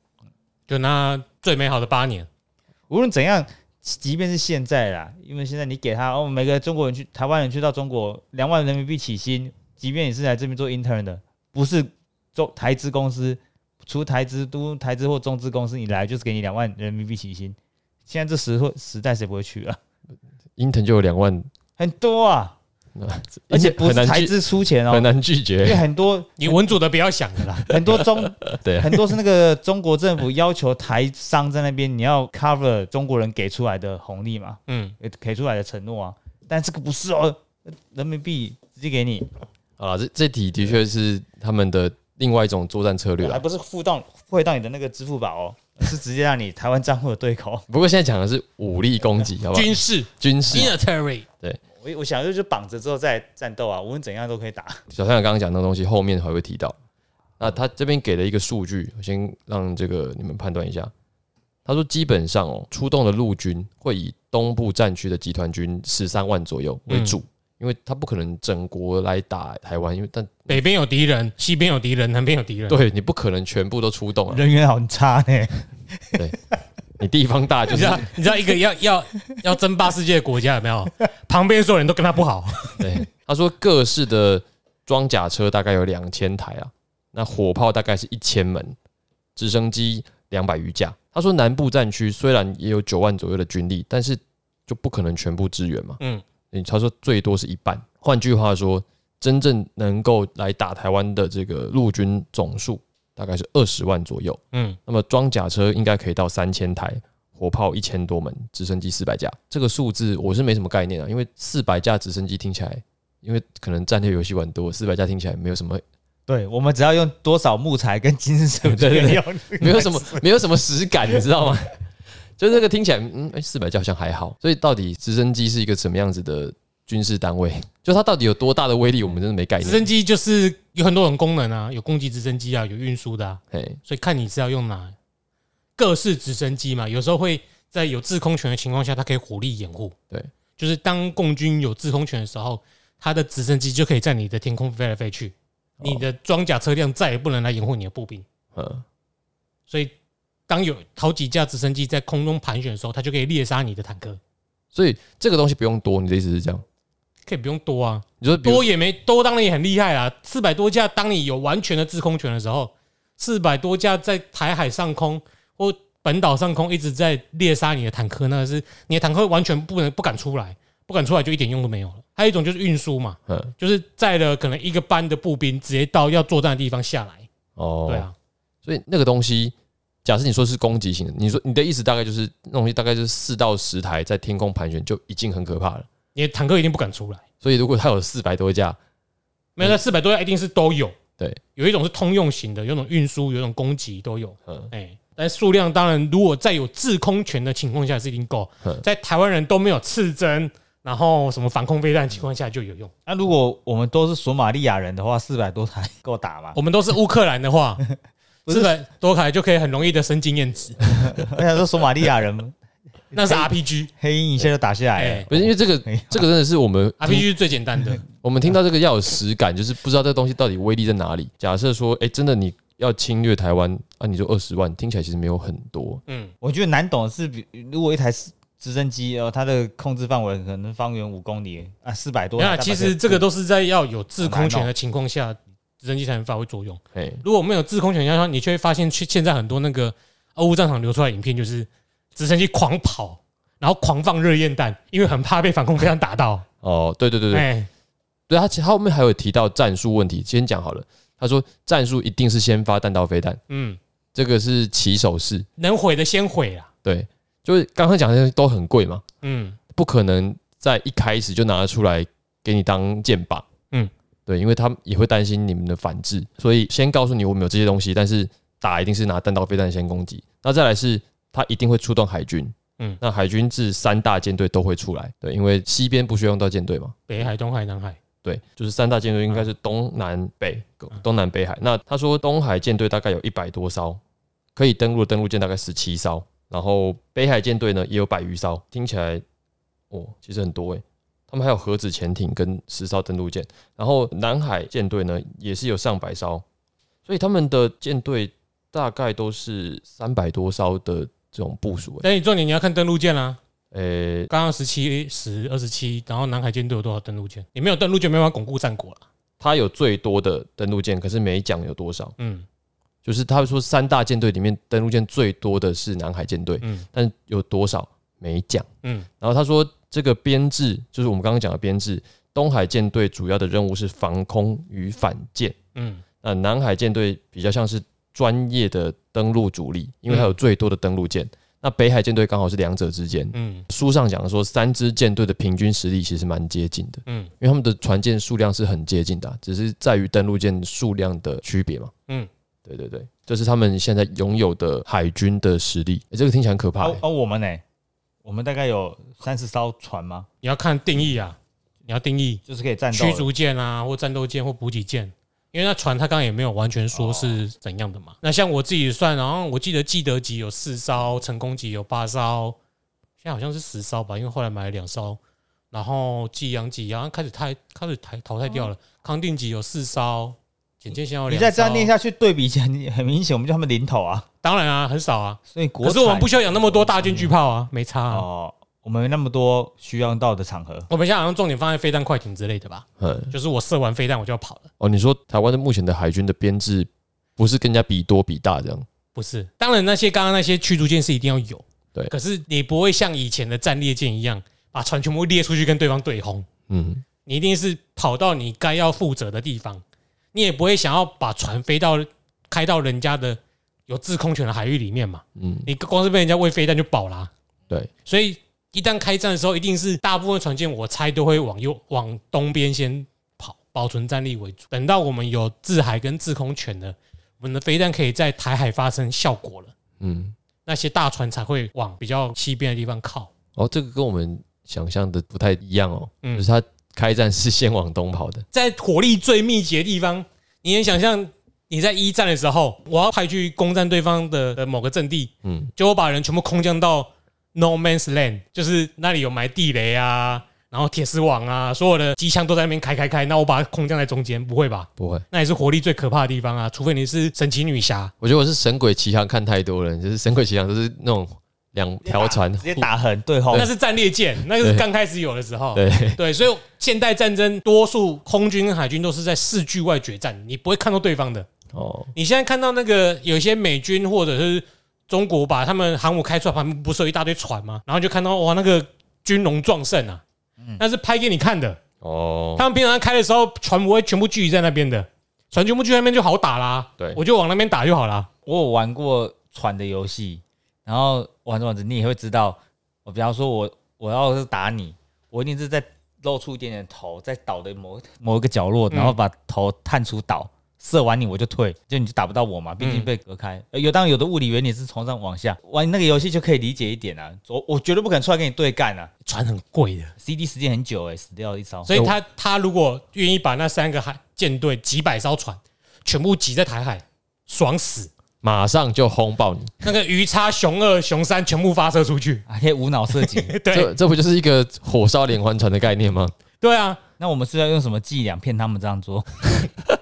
[SPEAKER 2] 就那最美好的八年，
[SPEAKER 3] 无论怎样，即便是现在啦，因为现在你给他哦，每个中国人去台湾人去到中国，两万人民币起薪，即便你是来这边做 intern 的，不是中台资公司，除台资都台资或中资公司，你来就是给你两万人民币起薪。现在这时候时代谁不会去啊？
[SPEAKER 1] 英腾就有两万，
[SPEAKER 3] 很多啊，而且不
[SPEAKER 1] 很
[SPEAKER 3] 是
[SPEAKER 1] 难
[SPEAKER 3] 台
[SPEAKER 1] 拒
[SPEAKER 3] 资出钱
[SPEAKER 1] 很
[SPEAKER 3] 哦，
[SPEAKER 1] 难拒
[SPEAKER 3] 因为
[SPEAKER 1] 绝，
[SPEAKER 3] 很多
[SPEAKER 2] 你文组的不要想了啦，
[SPEAKER 3] 很多中
[SPEAKER 1] 对啊
[SPEAKER 3] 很多是那个中国政府要求台商在那边你要 cover 中国人给出来的红利嘛，
[SPEAKER 2] 嗯，
[SPEAKER 3] 呃给出来的承诺啊，但这个不是哦，人民币直接给你，
[SPEAKER 1] 啊，这这题的确是他们的另外一种作战策略
[SPEAKER 3] 还
[SPEAKER 1] 啦。
[SPEAKER 3] 不是付到汇到你的那个支付宝哦，是直接让你台湾账户的对口。
[SPEAKER 1] 不过现在讲的是武力攻击，好不好？
[SPEAKER 2] 军事
[SPEAKER 1] 军事啊
[SPEAKER 2] 啊 military，
[SPEAKER 3] 我我想就是绑着之后再战斗啊，无论怎样都可以打。
[SPEAKER 1] 小三刚刚讲那个东西，后面还会提到。那他这边给了一个数据，我先让这个你们判断一下。他说，基本上哦，出动的陆军会以东部战区的集团军十三万左右
[SPEAKER 3] 嗯
[SPEAKER 1] 为主，因为他不可能整国来打台湾，因为但
[SPEAKER 2] 北边有敌人，西边有敌人，南边有敌人，
[SPEAKER 1] 对你不可能全部都出动啊，
[SPEAKER 3] 人缘好差呢，
[SPEAKER 1] 你地方大就
[SPEAKER 2] 你知
[SPEAKER 1] 是
[SPEAKER 2] 道，你知道一个要要要争霸世界的国家有没有？旁边所有人都跟他不好，
[SPEAKER 1] 对。他说，各式的装甲车大概有两千台啊，那火炮大概是一千门，直升机两百余架。他说，南部战区虽然也有九万左右的军力，但是就不可能全部支援嘛。
[SPEAKER 2] 嗯，
[SPEAKER 1] 嗯，他说最多是一半。换句话说，真正能够来打台湾的这个陆军总数大概是二十万左右。
[SPEAKER 2] 嗯，
[SPEAKER 1] 那么装甲车应该可以到三千台，火炮一千多门，直升机四百架。这个数字我是没什么概念啊，因为四百架直升机听起来，因为可能战略游戏玩多，四百架听起来没有 什么，
[SPEAKER 3] 对我们只要用多少木材跟金属这个料，
[SPEAKER 1] 没有什么，没有什么实感，你知道吗？ 就是这个听起来，嗯，哎、四百架好像还好。所以到底直升机是一个什么样子的军事单位？ 就它到底有多大的威力，我们真的没概
[SPEAKER 2] 直
[SPEAKER 1] 念。
[SPEAKER 2] 升机就是有很多种功能啊，有攻击直升机啊，有运输的啊，
[SPEAKER 1] 哎，
[SPEAKER 2] 所以看你是要用哪各式直升机嘛，有时候会在有制空权的情况下，它可以火力掩护。
[SPEAKER 1] 对，
[SPEAKER 2] 就是当共军有制空权的时候，它的直升机就可以在你的天空飞来飞去，你的装甲车辆再也不能来掩护你的步兵。
[SPEAKER 1] 嗯，
[SPEAKER 2] 所以当有好几架直升机在空中盘旋的时候，它就可以猎杀你的坦克，
[SPEAKER 1] 所以这个东西不用多，你的意思是这样？
[SPEAKER 2] 可以不用多啊，
[SPEAKER 1] 你说比如
[SPEAKER 2] 多也没多，当然也很厉害啦。四百多架，当你有完全的制空权的时候，四百多架在台海上空或本岛上空一直在猎杀你的坦克，那个是你的坦克完全不能不敢出来，不敢出来就一点用都没有了。还有一种就是运输嘛，
[SPEAKER 1] 嗯
[SPEAKER 2] 就是载了可能一个班的步兵直接到要作战的地方下来，
[SPEAKER 1] 哦，
[SPEAKER 2] 对啊，
[SPEAKER 1] 所以那个东西，假设你说是攻击型的，你说你的意思大概就是那东西大概就是四到十台在天空盘旋就已经很可怕了。
[SPEAKER 2] 你的坦克一定不敢出来。
[SPEAKER 1] 所以如果它有四百多架，
[SPEAKER 2] 没有，
[SPEAKER 1] 嗯
[SPEAKER 2] 那四百多架一定是都有。
[SPEAKER 1] 对，
[SPEAKER 2] 有一种是通用型的，有一种运输，有一种攻击都有。
[SPEAKER 1] 嗯，
[SPEAKER 2] 哎、但数量当然，如果在有制空权的情况下是一定够
[SPEAKER 1] 嗯，
[SPEAKER 2] 在台湾人都没有刺针，然后什么防空飞弹的情况下就有用。
[SPEAKER 3] 那如果我们都是索马利亚人的话，四百多台够打吗？
[SPEAKER 2] 我们都是乌克兰的话，
[SPEAKER 3] 不是
[SPEAKER 2] 四百多台就可以很容易的升经验 值，
[SPEAKER 3] 我想说索马利亚人
[SPEAKER 2] 那是
[SPEAKER 3] 可以
[SPEAKER 2] RPG，RPG
[SPEAKER 3] 黑鹰一下就打下来
[SPEAKER 2] 哎
[SPEAKER 3] 了，
[SPEAKER 1] 不是因为这个
[SPEAKER 3] 哎呀
[SPEAKER 1] 这个真的是我们听
[SPEAKER 2] 是最简单
[SPEAKER 3] 嗯
[SPEAKER 2] 的。
[SPEAKER 1] 我们听到这个要有实感，就是不知道这个东西到底威力在哪里。假设说，哎，真的你要侵略台湾啊，你就二十万，听起来其实没有很多，
[SPEAKER 2] 嗯，
[SPEAKER 3] 我觉得难懂的是，比如果一台直升机哦，它的控制范围可能方圆五公里啊，四百多台。
[SPEAKER 2] 那
[SPEAKER 3] 大概
[SPEAKER 2] 其实这个都是在要有制空
[SPEAKER 3] 好难
[SPEAKER 2] 权
[SPEAKER 3] 哦
[SPEAKER 2] 的情况下，直升机才能发挥作用。
[SPEAKER 1] 哎，
[SPEAKER 2] 如果没有制空权的情况下，你就会发现，去现在很多那个俄乌战场流出来的影片，就是直升机狂跑，然后狂放热焰弹，因为很怕被反空飞弹打到。
[SPEAKER 1] 哦，对对对对，
[SPEAKER 2] 哎，
[SPEAKER 1] 对他，他后面还有提到战术问题，先讲好了。他说战术一定是先发弹道飞弹，
[SPEAKER 2] 嗯，
[SPEAKER 1] 这个是起手式。
[SPEAKER 2] 能毁的先毁啊。
[SPEAKER 1] 对，就是刚刚讲的东西都很贵嘛，
[SPEAKER 2] 嗯
[SPEAKER 1] 不可能在一开始就拿得出来给你当箭靶。
[SPEAKER 2] 嗯，
[SPEAKER 1] 对，因为他们也会担心你们的反制，所以先告诉你我们有这些东西，但是打一定是拿弹道飞弹先攻击。那再来是，他一定会出动海军，
[SPEAKER 2] 嗯
[SPEAKER 1] 嗯，那海军是三大舰队都会出来，对，因为西边不需要用到舰队嘛，
[SPEAKER 2] 北海、东海、南海，
[SPEAKER 1] 对，就是三大舰队应该是东南北、东南北海。那他说东海舰队大概有一百多艘，可以登陆的登陆舰大概十七艘，然后北海舰队呢也有百余艘，听起来哦，其实很多诶、他们还有核子潜艇跟十艘登陆舰，然后南海舰队呢也是有上百艘，所以他们的舰队大概都是三百多艘的这种部署、欸。欸呃
[SPEAKER 2] 但你重点你要看登陆舰啦。
[SPEAKER 1] 诶、
[SPEAKER 2] 刚刚十七、十、二十七，然后南海舰队有多少登陆舰？你没有登陆舰，没办法巩固战果了。啊
[SPEAKER 1] 他有最多的登陆舰，可是没讲有多少。
[SPEAKER 2] 嗯
[SPEAKER 1] 就是他说三大舰队里面登陆舰最多的是南海舰队，
[SPEAKER 2] 嗯
[SPEAKER 1] 但有多少没讲。
[SPEAKER 2] 嗯，
[SPEAKER 1] 然后他说这个编制就是我们刚刚讲的编制，东海舰队主要的任务是防空与反舰，
[SPEAKER 2] 嗯
[SPEAKER 1] 那南海舰队比较像是专业的登陆主力，因为它有最多的登陆舰。那北海舰队刚好是两者之间。
[SPEAKER 2] 嗯
[SPEAKER 1] 书上讲的说，三支舰队的平均实力其实蛮接近的，
[SPEAKER 2] 嗯
[SPEAKER 1] 因为他们的船舰数量是很接近的啊、只是在于登陆舰数量的区别嘛。
[SPEAKER 2] 嗯，
[SPEAKER 1] 对对对，这是他们现在拥有的海军的实力。诶这个听起来很可怕、
[SPEAKER 2] 哦
[SPEAKER 3] 而
[SPEAKER 1] 欸。
[SPEAKER 3] 而啊我们呢，我们大概有三十艘船吗？
[SPEAKER 2] 你要看定义啊，你要定义
[SPEAKER 3] 就是可以战斗
[SPEAKER 2] 驱
[SPEAKER 3] 的。
[SPEAKER 2] 逐舰啊，或战斗舰或补给舰。因为那船它刚刚也没有完全说是
[SPEAKER 3] 哦
[SPEAKER 2] 怎样的嘛。那像我自己算，然后我记得基德级有四艘，成功级有八艘，现在好像是十艘吧，因为后来买了两艘。然后济阳级，然后开始汰开始汰淘汰掉了。康定级有四艘，简介先有
[SPEAKER 3] 哦你
[SPEAKER 2] 两。
[SPEAKER 3] 再这样念，下去对比一下，你很明显我们就他们领头啊，
[SPEAKER 2] 当然啊，很少啊。
[SPEAKER 3] 所以国
[SPEAKER 2] 可是我们不需要养那么多大军巨炮啊，没差啊。
[SPEAKER 3] 哦，我们没那么多需要用到的场合，
[SPEAKER 2] 我们现在好像重点放在飞弹快艇之类的吧，
[SPEAKER 1] 嗯，
[SPEAKER 2] 就是我射完飞弹我就要跑了。
[SPEAKER 1] 哦，你说台湾的目前的海军的编制不是跟人家比多比大这样？
[SPEAKER 2] 不是，当然那些刚刚那些驱逐舰是一定要有，
[SPEAKER 1] 对
[SPEAKER 2] 可是你不会像以前的战列舰一样，把船全部列出去跟对方对轰，
[SPEAKER 1] 嗯，
[SPEAKER 2] 你一定是跑到你该要负责的地方，你也不会想要把船飞到开到人家的有制空权的海域里面嘛。
[SPEAKER 1] 嗯，
[SPEAKER 2] 你光是被人家喂飞弹就饱啦、
[SPEAKER 1] 对，
[SPEAKER 2] 所以一旦开战的时候，一定是大部分船舰我猜都会往右往东边先跑，保存战力为主。等到我们有制海跟制空权了，我们的飞弹可以在台海发生效果了。
[SPEAKER 1] 嗯，
[SPEAKER 2] 那些大船才会往比较西边的地方靠。
[SPEAKER 1] 哦，这个跟我们想象的不太一样哦，
[SPEAKER 2] 嗯
[SPEAKER 1] 就是他开战是先往东跑的，
[SPEAKER 2] 在火力最密集的地方，你能想象你在一战的时候，我要派去攻占对方的的某个阵地，
[SPEAKER 1] 嗯，
[SPEAKER 2] 结果把人全部空降到 No Man's Land，就是那里有埋地雷啊，然后铁丝网啊，所有的机枪都在那边开开开，那我把它空降在中间，不会吧？
[SPEAKER 1] 不会，
[SPEAKER 2] 那也是火力最可怕的地方啊，除非你是神奇女侠，
[SPEAKER 1] 我觉得我是神鬼奇航看太多了，就是神鬼奇航都是那种两条船
[SPEAKER 3] 啊直接打横对轰
[SPEAKER 2] 那，是战列舰，那个是刚开始有的时候。
[SPEAKER 1] 对，
[SPEAKER 2] 对，所以现代战争多数空军跟海军都是在视距外决战，你不会看到对方的。
[SPEAKER 1] 哦，
[SPEAKER 2] 你现在看到那个有一些美军或者是中国把他们航母开出来，旁边不是有一大堆船吗？然后就看到哇，那个军容壮盛啊，那是拍给你看的。
[SPEAKER 1] 哦，
[SPEAKER 2] 他们平常开的时候，船不会全部聚集在那边的，船全部聚在那边就好打啦。
[SPEAKER 1] 对
[SPEAKER 2] 我就往那边打就好啦。
[SPEAKER 3] 我有玩过船的游戏，然后玩着玩着你也会知道，我比方说我我要是打你，我一定是在露出一点点头，在岛的某某一个角落，
[SPEAKER 2] 嗯
[SPEAKER 3] 然后把头探出岛。射完你我就退，就你就打不到我嘛，毕
[SPEAKER 2] 嗯
[SPEAKER 3] 竟被隔开。呃有当然有的物理原理是从上往下，玩那个游戏就可以理解一点啊。我我绝对不可能出来跟你对干啊
[SPEAKER 2] 船很贵的，
[SPEAKER 3] ，CD 时间很久哎、死掉一艘。
[SPEAKER 2] 所以他他如果愿意把那三个海舰队几百艘船全部挤在台海，爽死。
[SPEAKER 1] 马上就轰爆你，
[SPEAKER 2] 那个鱼叉、熊二、熊三全部发射出去。
[SPEAKER 3] 还可以无脑射击。
[SPEAKER 2] 对
[SPEAKER 1] 这这不就是一个火烧连环船的概念吗？
[SPEAKER 2] 对啊，
[SPEAKER 3] 那我们是要用什么伎俩骗他们这样做？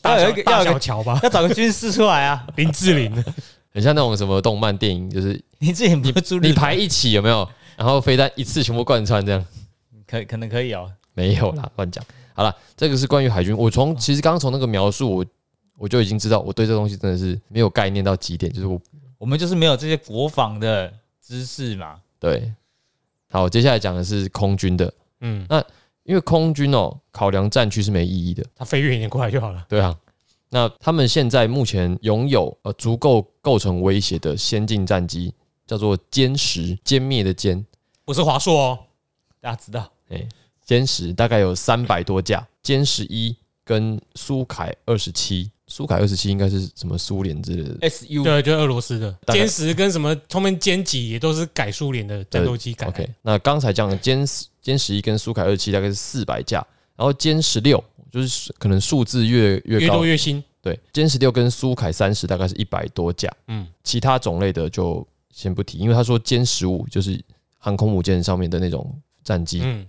[SPEAKER 2] 大
[SPEAKER 3] 要
[SPEAKER 2] 小
[SPEAKER 3] 有一个
[SPEAKER 2] 大
[SPEAKER 3] 要有一
[SPEAKER 2] 小
[SPEAKER 3] 个
[SPEAKER 2] 乔吧，
[SPEAKER 3] 要找个军师出来啊！
[SPEAKER 2] 林志玲，
[SPEAKER 1] 很像那种什么动漫电影，就是
[SPEAKER 3] 你这也不是朱
[SPEAKER 1] 你
[SPEAKER 3] 立
[SPEAKER 1] 排一起有没有？然后飞弹一次全部贯穿这样。
[SPEAKER 3] 可可能可以哦。
[SPEAKER 1] 没有啦，乱讲。好了，这个是关于海军。我从其实刚刚从那个描述，我我就已经知道，我对这东西真的是没有概念到极点，就是我
[SPEAKER 3] 我们就是没有这些国防的知识嘛。
[SPEAKER 1] 对。好，接下来讲的是空军的，
[SPEAKER 2] 嗯，
[SPEAKER 1] 因为空军哦、考量战区是没意义的，
[SPEAKER 2] 他飞远一点过来就好了。
[SPEAKER 1] 对啊。那他们现在目前拥有呃足够构成威胁的先进战机，叫做歼十，歼灭的歼，
[SPEAKER 2] 不是华硕哦，
[SPEAKER 3] 大家知道，
[SPEAKER 1] 哎、歼十大概有三百多架，歼十一跟苏凯二十七，苏凯二十七应该是什么苏联之类的，
[SPEAKER 3] SU
[SPEAKER 2] 对，就是俄罗斯的
[SPEAKER 1] 大概
[SPEAKER 2] 歼十跟什么他们歼几也都是改苏联的战斗机改。
[SPEAKER 1] OK，那刚才讲的歼歼十一跟苏凯二七大概是四百架，然后歼十六就是可能数字越越
[SPEAKER 2] 越
[SPEAKER 1] 高，
[SPEAKER 2] 多越新，
[SPEAKER 1] 对，歼十六跟苏凯三十大概是一百多架，
[SPEAKER 2] 嗯，
[SPEAKER 1] 其他种类的就先不提，因为他说歼十五就是航空母舰上面的那种战机
[SPEAKER 2] 嗯，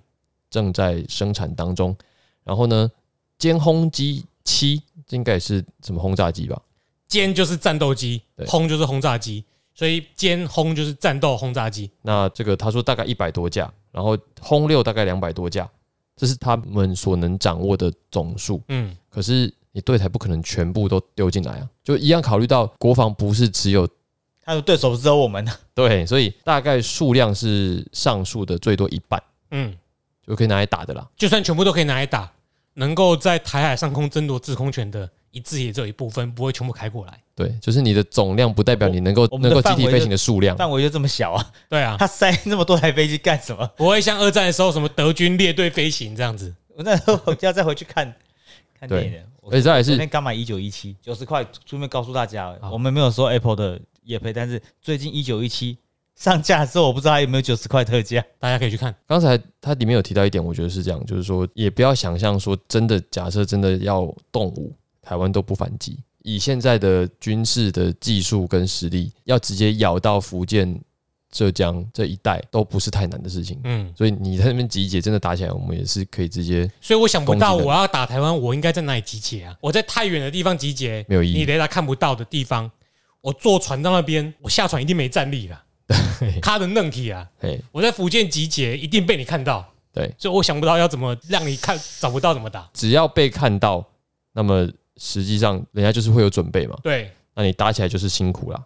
[SPEAKER 1] 正在生产当中，然后呢，歼轰机七这应该也是什么轰炸机吧？
[SPEAKER 2] 歼就是战斗机
[SPEAKER 1] 对，
[SPEAKER 2] 轰就是轰炸机，所以歼轰就是战斗轰炸机。
[SPEAKER 1] 那这个他说大概一百多架，然后轰六大概两百多架，这是他们所能掌握的总数。
[SPEAKER 2] 嗯，
[SPEAKER 1] 可是你对台不可能全部都丢进来啊，就一样考虑到国防不是只有
[SPEAKER 3] 他的对手不是只有我们，啊
[SPEAKER 1] 对，所以大概数量是上述的最多一半，
[SPEAKER 2] 嗯，
[SPEAKER 1] 就可以拿来打的啦。
[SPEAKER 2] 就算全部都可以拿来打，能够在台海上空争夺制空权的，一致也只有一部分，不会全部开过来。
[SPEAKER 1] 对，就是你的总量不代表你能够
[SPEAKER 3] 我们
[SPEAKER 1] 能
[SPEAKER 3] 的
[SPEAKER 1] 够集
[SPEAKER 3] 范围
[SPEAKER 1] 体
[SPEAKER 3] 就
[SPEAKER 1] 飞行的数量。
[SPEAKER 3] 范围就这么小啊，
[SPEAKER 2] 对啊，
[SPEAKER 3] 他塞那么多台飞机干什么？
[SPEAKER 2] 不会像二战的时候什么德军列队飞行这样子。
[SPEAKER 3] 我那时候回家再回去看看电影了。我
[SPEAKER 1] 而且再来
[SPEAKER 3] 昨
[SPEAKER 1] 是
[SPEAKER 3] 天刚买一九一七，九十块，顺便告诉大家，我们没有说 Apple 的也配，但是最近一九一七上架之后，我不知道它有没有九十块特价。
[SPEAKER 2] 大家可以去看，
[SPEAKER 1] 刚才它里面有提到一点，我觉得是这样，就是说也不要想象说真的，假设真的要动武，台湾都不反击。以现在的军事的技术跟实力，要直接咬到福建、浙江这一带都不是太难的事情。
[SPEAKER 2] 嗯，
[SPEAKER 1] 所以你在那边集结，真的打起来，我们也是可以直接
[SPEAKER 2] 所以我想不到
[SPEAKER 1] 攻击的
[SPEAKER 2] 我要打台湾，我应该在哪里集结啊？我在太远的地方集结，
[SPEAKER 1] 没有意义
[SPEAKER 2] 你雷达看不到的地方，我坐船到那边，我下船一定没战力了，卡的嫩体啊！
[SPEAKER 1] 哎，
[SPEAKER 2] 我在福建集结，一定被你看到，
[SPEAKER 1] 对，
[SPEAKER 2] 所以我想不到要怎么让你看找不到怎么打。
[SPEAKER 1] 只要被看到，那么实际上人家就是会有准备嘛。
[SPEAKER 2] 对，
[SPEAKER 1] 那你打起来就是辛苦啦。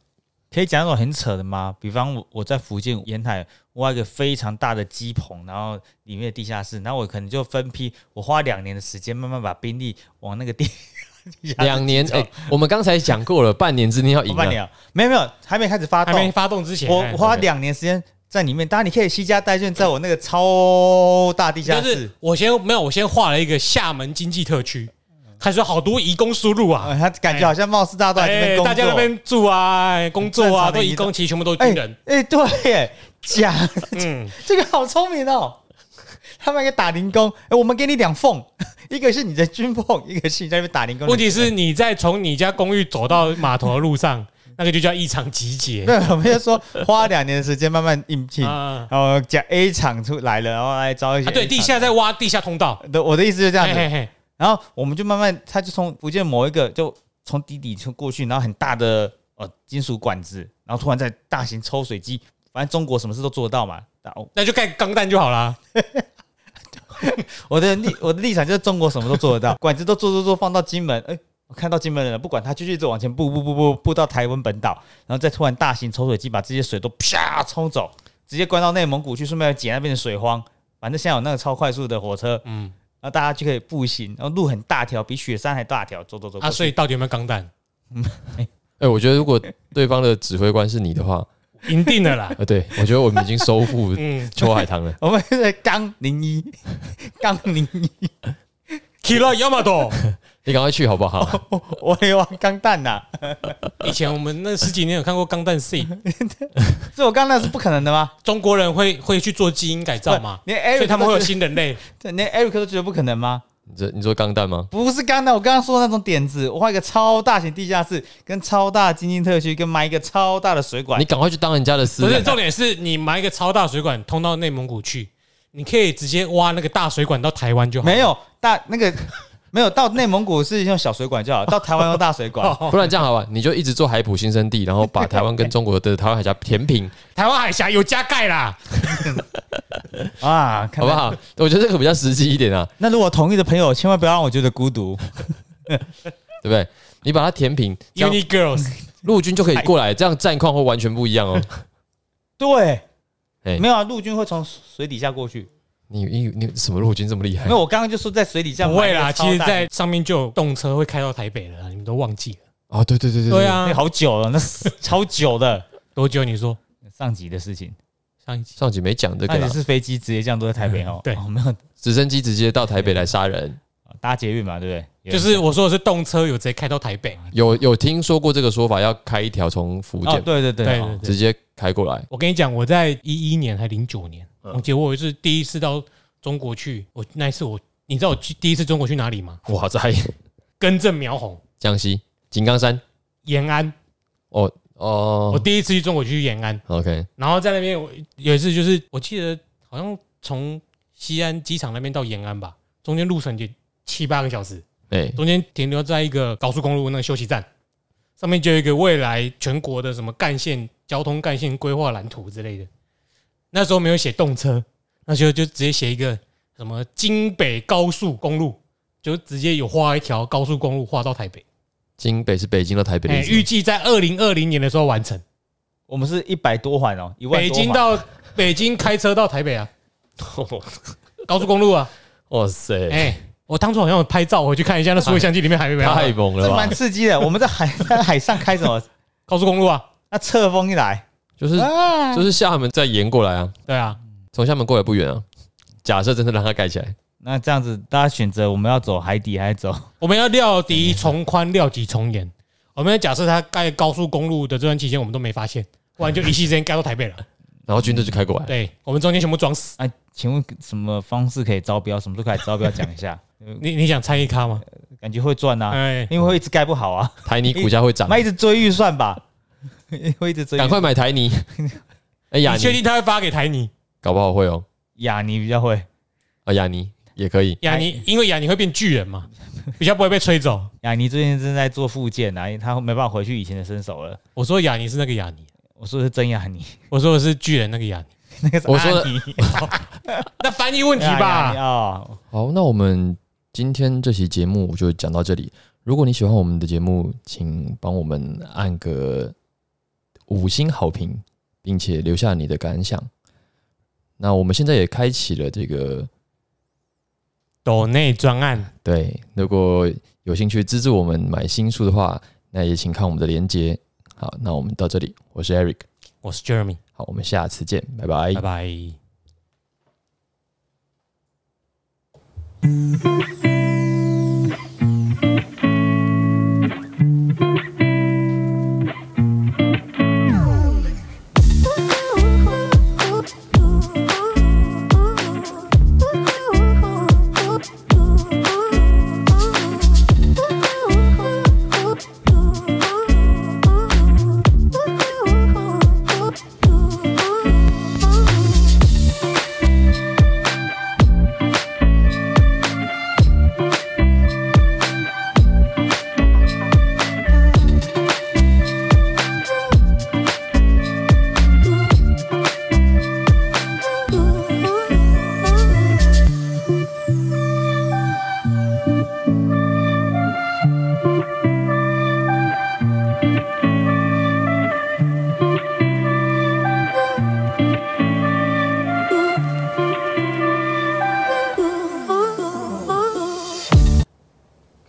[SPEAKER 3] 可以讲那种很扯的吗？比方我我在福建沿海挖一个非常大的鸡棚，然后里面的地下室，然后我可能就分批，我花两年的时间慢慢把兵力往那个地 地下室
[SPEAKER 1] 两年
[SPEAKER 3] 紧
[SPEAKER 1] 哎、
[SPEAKER 3] 凑
[SPEAKER 1] 我们刚才讲过了，半年之内要赢
[SPEAKER 3] 我半
[SPEAKER 1] 啊。
[SPEAKER 3] 年啊，没有没有，还没开始发
[SPEAKER 2] 还没
[SPEAKER 3] 动，
[SPEAKER 2] 发动之前，哎
[SPEAKER 3] 我我花两年时间在里面。当然你可以惜家带眷，在我那个超大地下
[SPEAKER 2] 就
[SPEAKER 3] 室
[SPEAKER 2] 是，我先没有，我先画了一个厦门经济特区，开始有好多移工输入
[SPEAKER 3] 啊，
[SPEAKER 2] 啊，
[SPEAKER 3] 他感觉好像貌似大家都在这边
[SPEAKER 2] 哎，
[SPEAKER 3] 工作，
[SPEAKER 2] 大家那边住啊、哎工作啊，
[SPEAKER 3] 很正常的
[SPEAKER 2] 都移工，其实全部都是军人。
[SPEAKER 3] 哎、对耶，讲
[SPEAKER 2] 嗯，
[SPEAKER 3] 这个好聪明哦。 他们一个打零工，哎、我们给你两缝， 一个是你的军缝， 一个是你在那边打零工。
[SPEAKER 2] 问题是你在从你家公寓走到码头的路 上，那个就叫异常集结
[SPEAKER 3] 对，我们就说花两年的时间慢慢应聘，
[SPEAKER 2] 啊！
[SPEAKER 3] 然后讲 A 厂出来了，然后来招一些
[SPEAKER 2] 啊
[SPEAKER 3] A 厂、
[SPEAKER 2] 对，地下在挖地下通道，
[SPEAKER 3] 对，我的意思就这样
[SPEAKER 2] 嘿
[SPEAKER 3] 子。
[SPEAKER 2] 嘿嘿，
[SPEAKER 3] 然后我们就慢慢，他就从福建某一个就从底底就过去，然后很大的呃金属管子，然后突然在大型抽水机，反正中国什么事都做得到嘛。然后
[SPEAKER 2] 那就盖钢弹就好啦。
[SPEAKER 3] 我的立 我的立场就是中国什么都做得到， 管子都做做做放到金门，哎、我看到金门人了，不管他继续一直往前步步步步步到台湾本岛，然后再突然大型抽水机把这些水都啪冲走，直接关到内蒙古去，顺便解那边的水荒。反正现在有那个超快速的火车，
[SPEAKER 2] 嗯，
[SPEAKER 3] 然后大家就可以步行，然后路很大条，比雪山还大条，走走走。
[SPEAKER 2] 啊，所以到底有没有钢弹？
[SPEAKER 1] 哎、我觉得如果对方的指挥官是你的话，。
[SPEAKER 2] 赢定了 啦
[SPEAKER 1] 呃，对我觉得我们已经收 复
[SPEAKER 2] 嗯
[SPEAKER 1] 秋海棠了。
[SPEAKER 3] 我们是刚零一， 刚零一，
[SPEAKER 2] ，Kira Yamato。
[SPEAKER 1] 你赶快去好不 好？
[SPEAKER 3] 我有玩钢弹呐，
[SPEAKER 2] 以前我们那十几年有看过钢弹 C，
[SPEAKER 3] 所以我刚那是不可能的吗？
[SPEAKER 2] 中国人会会去做基因改造嘛？
[SPEAKER 3] 连
[SPEAKER 2] 所
[SPEAKER 3] Eric
[SPEAKER 2] 以他们会有
[SPEAKER 3] 都觉
[SPEAKER 2] 新人类。
[SPEAKER 3] 得，连 Eric 都觉得不可能吗？
[SPEAKER 1] 你这你说钢弹吗？
[SPEAKER 3] 不是钢弹，我刚刚说的那种点子，我画一个超大型地下室，跟超大的经济特区，跟埋一个超大的水管
[SPEAKER 1] 你，赶快去当人家的私
[SPEAKER 2] 不是，啊
[SPEAKER 1] 人。
[SPEAKER 2] 重点是你埋一个超大水管通到内蒙古去，你可以直接挖那个大水管到台湾就好。
[SPEAKER 3] 没有大那个 没有到内蒙古是用小水管就 好，到台湾用大水管。
[SPEAKER 1] 不然这样好吧，你就一直做海普新生地，然后把台湾跟中国的台湾海峡填 平，
[SPEAKER 2] 台湾海峡有加盖啦，
[SPEAKER 3] 啊，看
[SPEAKER 1] 好不
[SPEAKER 3] 吧。
[SPEAKER 1] 好？我觉得这个比较实际一点啊，
[SPEAKER 3] 那如果同意的朋友，千万不要让我觉得孤独。
[SPEAKER 1] 对不对？你把它填平，这
[SPEAKER 2] u
[SPEAKER 1] 样
[SPEAKER 2] n i Girls
[SPEAKER 1] 陆军就可以过来，这样战况会完全不一样哦。
[SPEAKER 3] 对，
[SPEAKER 1] 哎
[SPEAKER 3] 没有啊，陆军会从水底下过去。
[SPEAKER 1] 你你你什么陆军这么厉害
[SPEAKER 3] 没有，？我刚刚就说在水底下
[SPEAKER 2] 不
[SPEAKER 3] 埋
[SPEAKER 2] 会
[SPEAKER 3] 一个
[SPEAKER 2] 啦，
[SPEAKER 3] 超
[SPEAKER 2] 其实，
[SPEAKER 3] 大
[SPEAKER 2] 在上面就有动车会开到台北了，你们都忘记了。
[SPEAKER 1] 哦，对对
[SPEAKER 3] 嗯
[SPEAKER 1] 对对
[SPEAKER 2] 对
[SPEAKER 3] 那
[SPEAKER 2] 啊
[SPEAKER 3] 个，好久了，那是超久的
[SPEAKER 2] 多久？你说
[SPEAKER 3] 上级的事情，
[SPEAKER 2] 上一集
[SPEAKER 1] 上集没讲这个
[SPEAKER 3] 那
[SPEAKER 1] 啦
[SPEAKER 3] 你，是飞机直接降落在台北哦？
[SPEAKER 2] 对
[SPEAKER 3] 哦没有
[SPEAKER 1] 直升机直接到台北来杀人，
[SPEAKER 3] 搭捷运嘛，对不对？哦
[SPEAKER 2] 就是我说的是动车有直接开到台北，
[SPEAKER 1] 有有听说过这个说法，要开一条从福
[SPEAKER 3] 哦，
[SPEAKER 1] 建
[SPEAKER 3] 对对对
[SPEAKER 2] 对
[SPEAKER 3] 哦
[SPEAKER 2] 对
[SPEAKER 1] 直
[SPEAKER 2] 对。
[SPEAKER 1] 接开过来，
[SPEAKER 2] 我跟你讲，我在一一年还零九年，
[SPEAKER 3] 嗯
[SPEAKER 2] 我记得我有一次第一次到中国去，我那一次我你知道我去第一次中国去哪里吗？
[SPEAKER 1] 哇塞，
[SPEAKER 2] 根正苗红，
[SPEAKER 1] 江西井冈山，
[SPEAKER 2] 延安。
[SPEAKER 1] 哦
[SPEAKER 2] 我
[SPEAKER 1] 哦
[SPEAKER 2] 第一次去中国去延安，
[SPEAKER 1] ，OK，
[SPEAKER 2] 然后在那边我有一次就是我记得好像从西安机场那边到延安吧，中间路程就七八个小时，
[SPEAKER 1] 哎，
[SPEAKER 2] 中间停留在一个高速公路那个休息站，上面就有一个未来全国的什么干线、交通干线规划蓝图之类的。那时候没有写动车，那时候就直接写一个什么京北高速公路，就直接有画一条高速公路画到台北，
[SPEAKER 1] 京北是北京到台北的
[SPEAKER 2] 哎
[SPEAKER 1] 意思吗
[SPEAKER 2] 预计在二零二零年的时候完成。
[SPEAKER 3] 我们是一百多环哦，一万
[SPEAKER 2] 北
[SPEAKER 3] 多
[SPEAKER 2] 京
[SPEAKER 3] 环
[SPEAKER 2] 到北京开车到台北啊，高速公路啊，
[SPEAKER 1] 哇塞，
[SPEAKER 2] 哎、我当初好像有拍照，我去看一下那数位相机里面还有啊 没有
[SPEAKER 1] 太猛了
[SPEAKER 3] 这
[SPEAKER 1] 吧
[SPEAKER 3] 蛮！刺 激的。我们在海在海上开什么？
[SPEAKER 2] 高速公路啊，
[SPEAKER 3] 那侧风一来，
[SPEAKER 1] 就是
[SPEAKER 3] 啊
[SPEAKER 1] 就是厦门再沿过来啊，
[SPEAKER 2] 对啊，
[SPEAKER 1] 从厦门过来不远啊。假设真的让它盖起来，
[SPEAKER 3] 那这样子，大家选择我们要走海底还是走？
[SPEAKER 2] 我们要料敌从宽，料己从严。我们要假设他盖高速公路的这段期间，我们都没发现，不然就一夕之间盖到台北了。
[SPEAKER 1] 然后军队就开过来，
[SPEAKER 2] 对我们中间全部装死。
[SPEAKER 3] 哎、请问什么方式可以招标？什么时候可以招标？讲 一下，
[SPEAKER 2] 你你想参与咖吗？
[SPEAKER 3] 感觉会赚啊，
[SPEAKER 2] 哎，
[SPEAKER 3] 因为会一直盖不好啊，
[SPEAKER 1] 台泥股价会涨
[SPEAKER 3] 那，一直追预算吧， 会一直追预
[SPEAKER 1] 赶
[SPEAKER 3] 算。
[SPEAKER 1] 快买台 泥。哎，雅
[SPEAKER 2] 你确
[SPEAKER 1] 尼，
[SPEAKER 2] 定他会发给台泥？
[SPEAKER 1] 搞不好会哦。
[SPEAKER 3] 雅尼比较会，
[SPEAKER 1] 啊，雅尼也可以，
[SPEAKER 2] 雅尼，因为雅尼会变巨人嘛，比较不会被吹走。
[SPEAKER 3] 雅尼最近正在做复健啊，因为他没办法回去以前的身手了。
[SPEAKER 2] 我说雅尼是那个雅尼，
[SPEAKER 3] 我说的是真雅尼，
[SPEAKER 2] 我说的是巨人那个雅尼，
[SPEAKER 3] 那个是
[SPEAKER 1] 我说的
[SPEAKER 3] 阿尼
[SPEAKER 2] 那翻译问题
[SPEAKER 3] 雅尼
[SPEAKER 2] 吧。
[SPEAKER 3] 哦，
[SPEAKER 1] 好，那我们今天这期节目就讲到这里。如果你喜欢我们的节目，请帮我们按个五星好评，并且留下你的感想。那我们现在也开启了这个，
[SPEAKER 2] 斗内专案，
[SPEAKER 1] 对，如果有兴趣资助我们买新书的话，那也请看我们的链接。好，那我们到这里，我是 Eric，
[SPEAKER 2] 我是 Jeremy，
[SPEAKER 1] 好，我们下次见，拜拜
[SPEAKER 2] 拜。拜。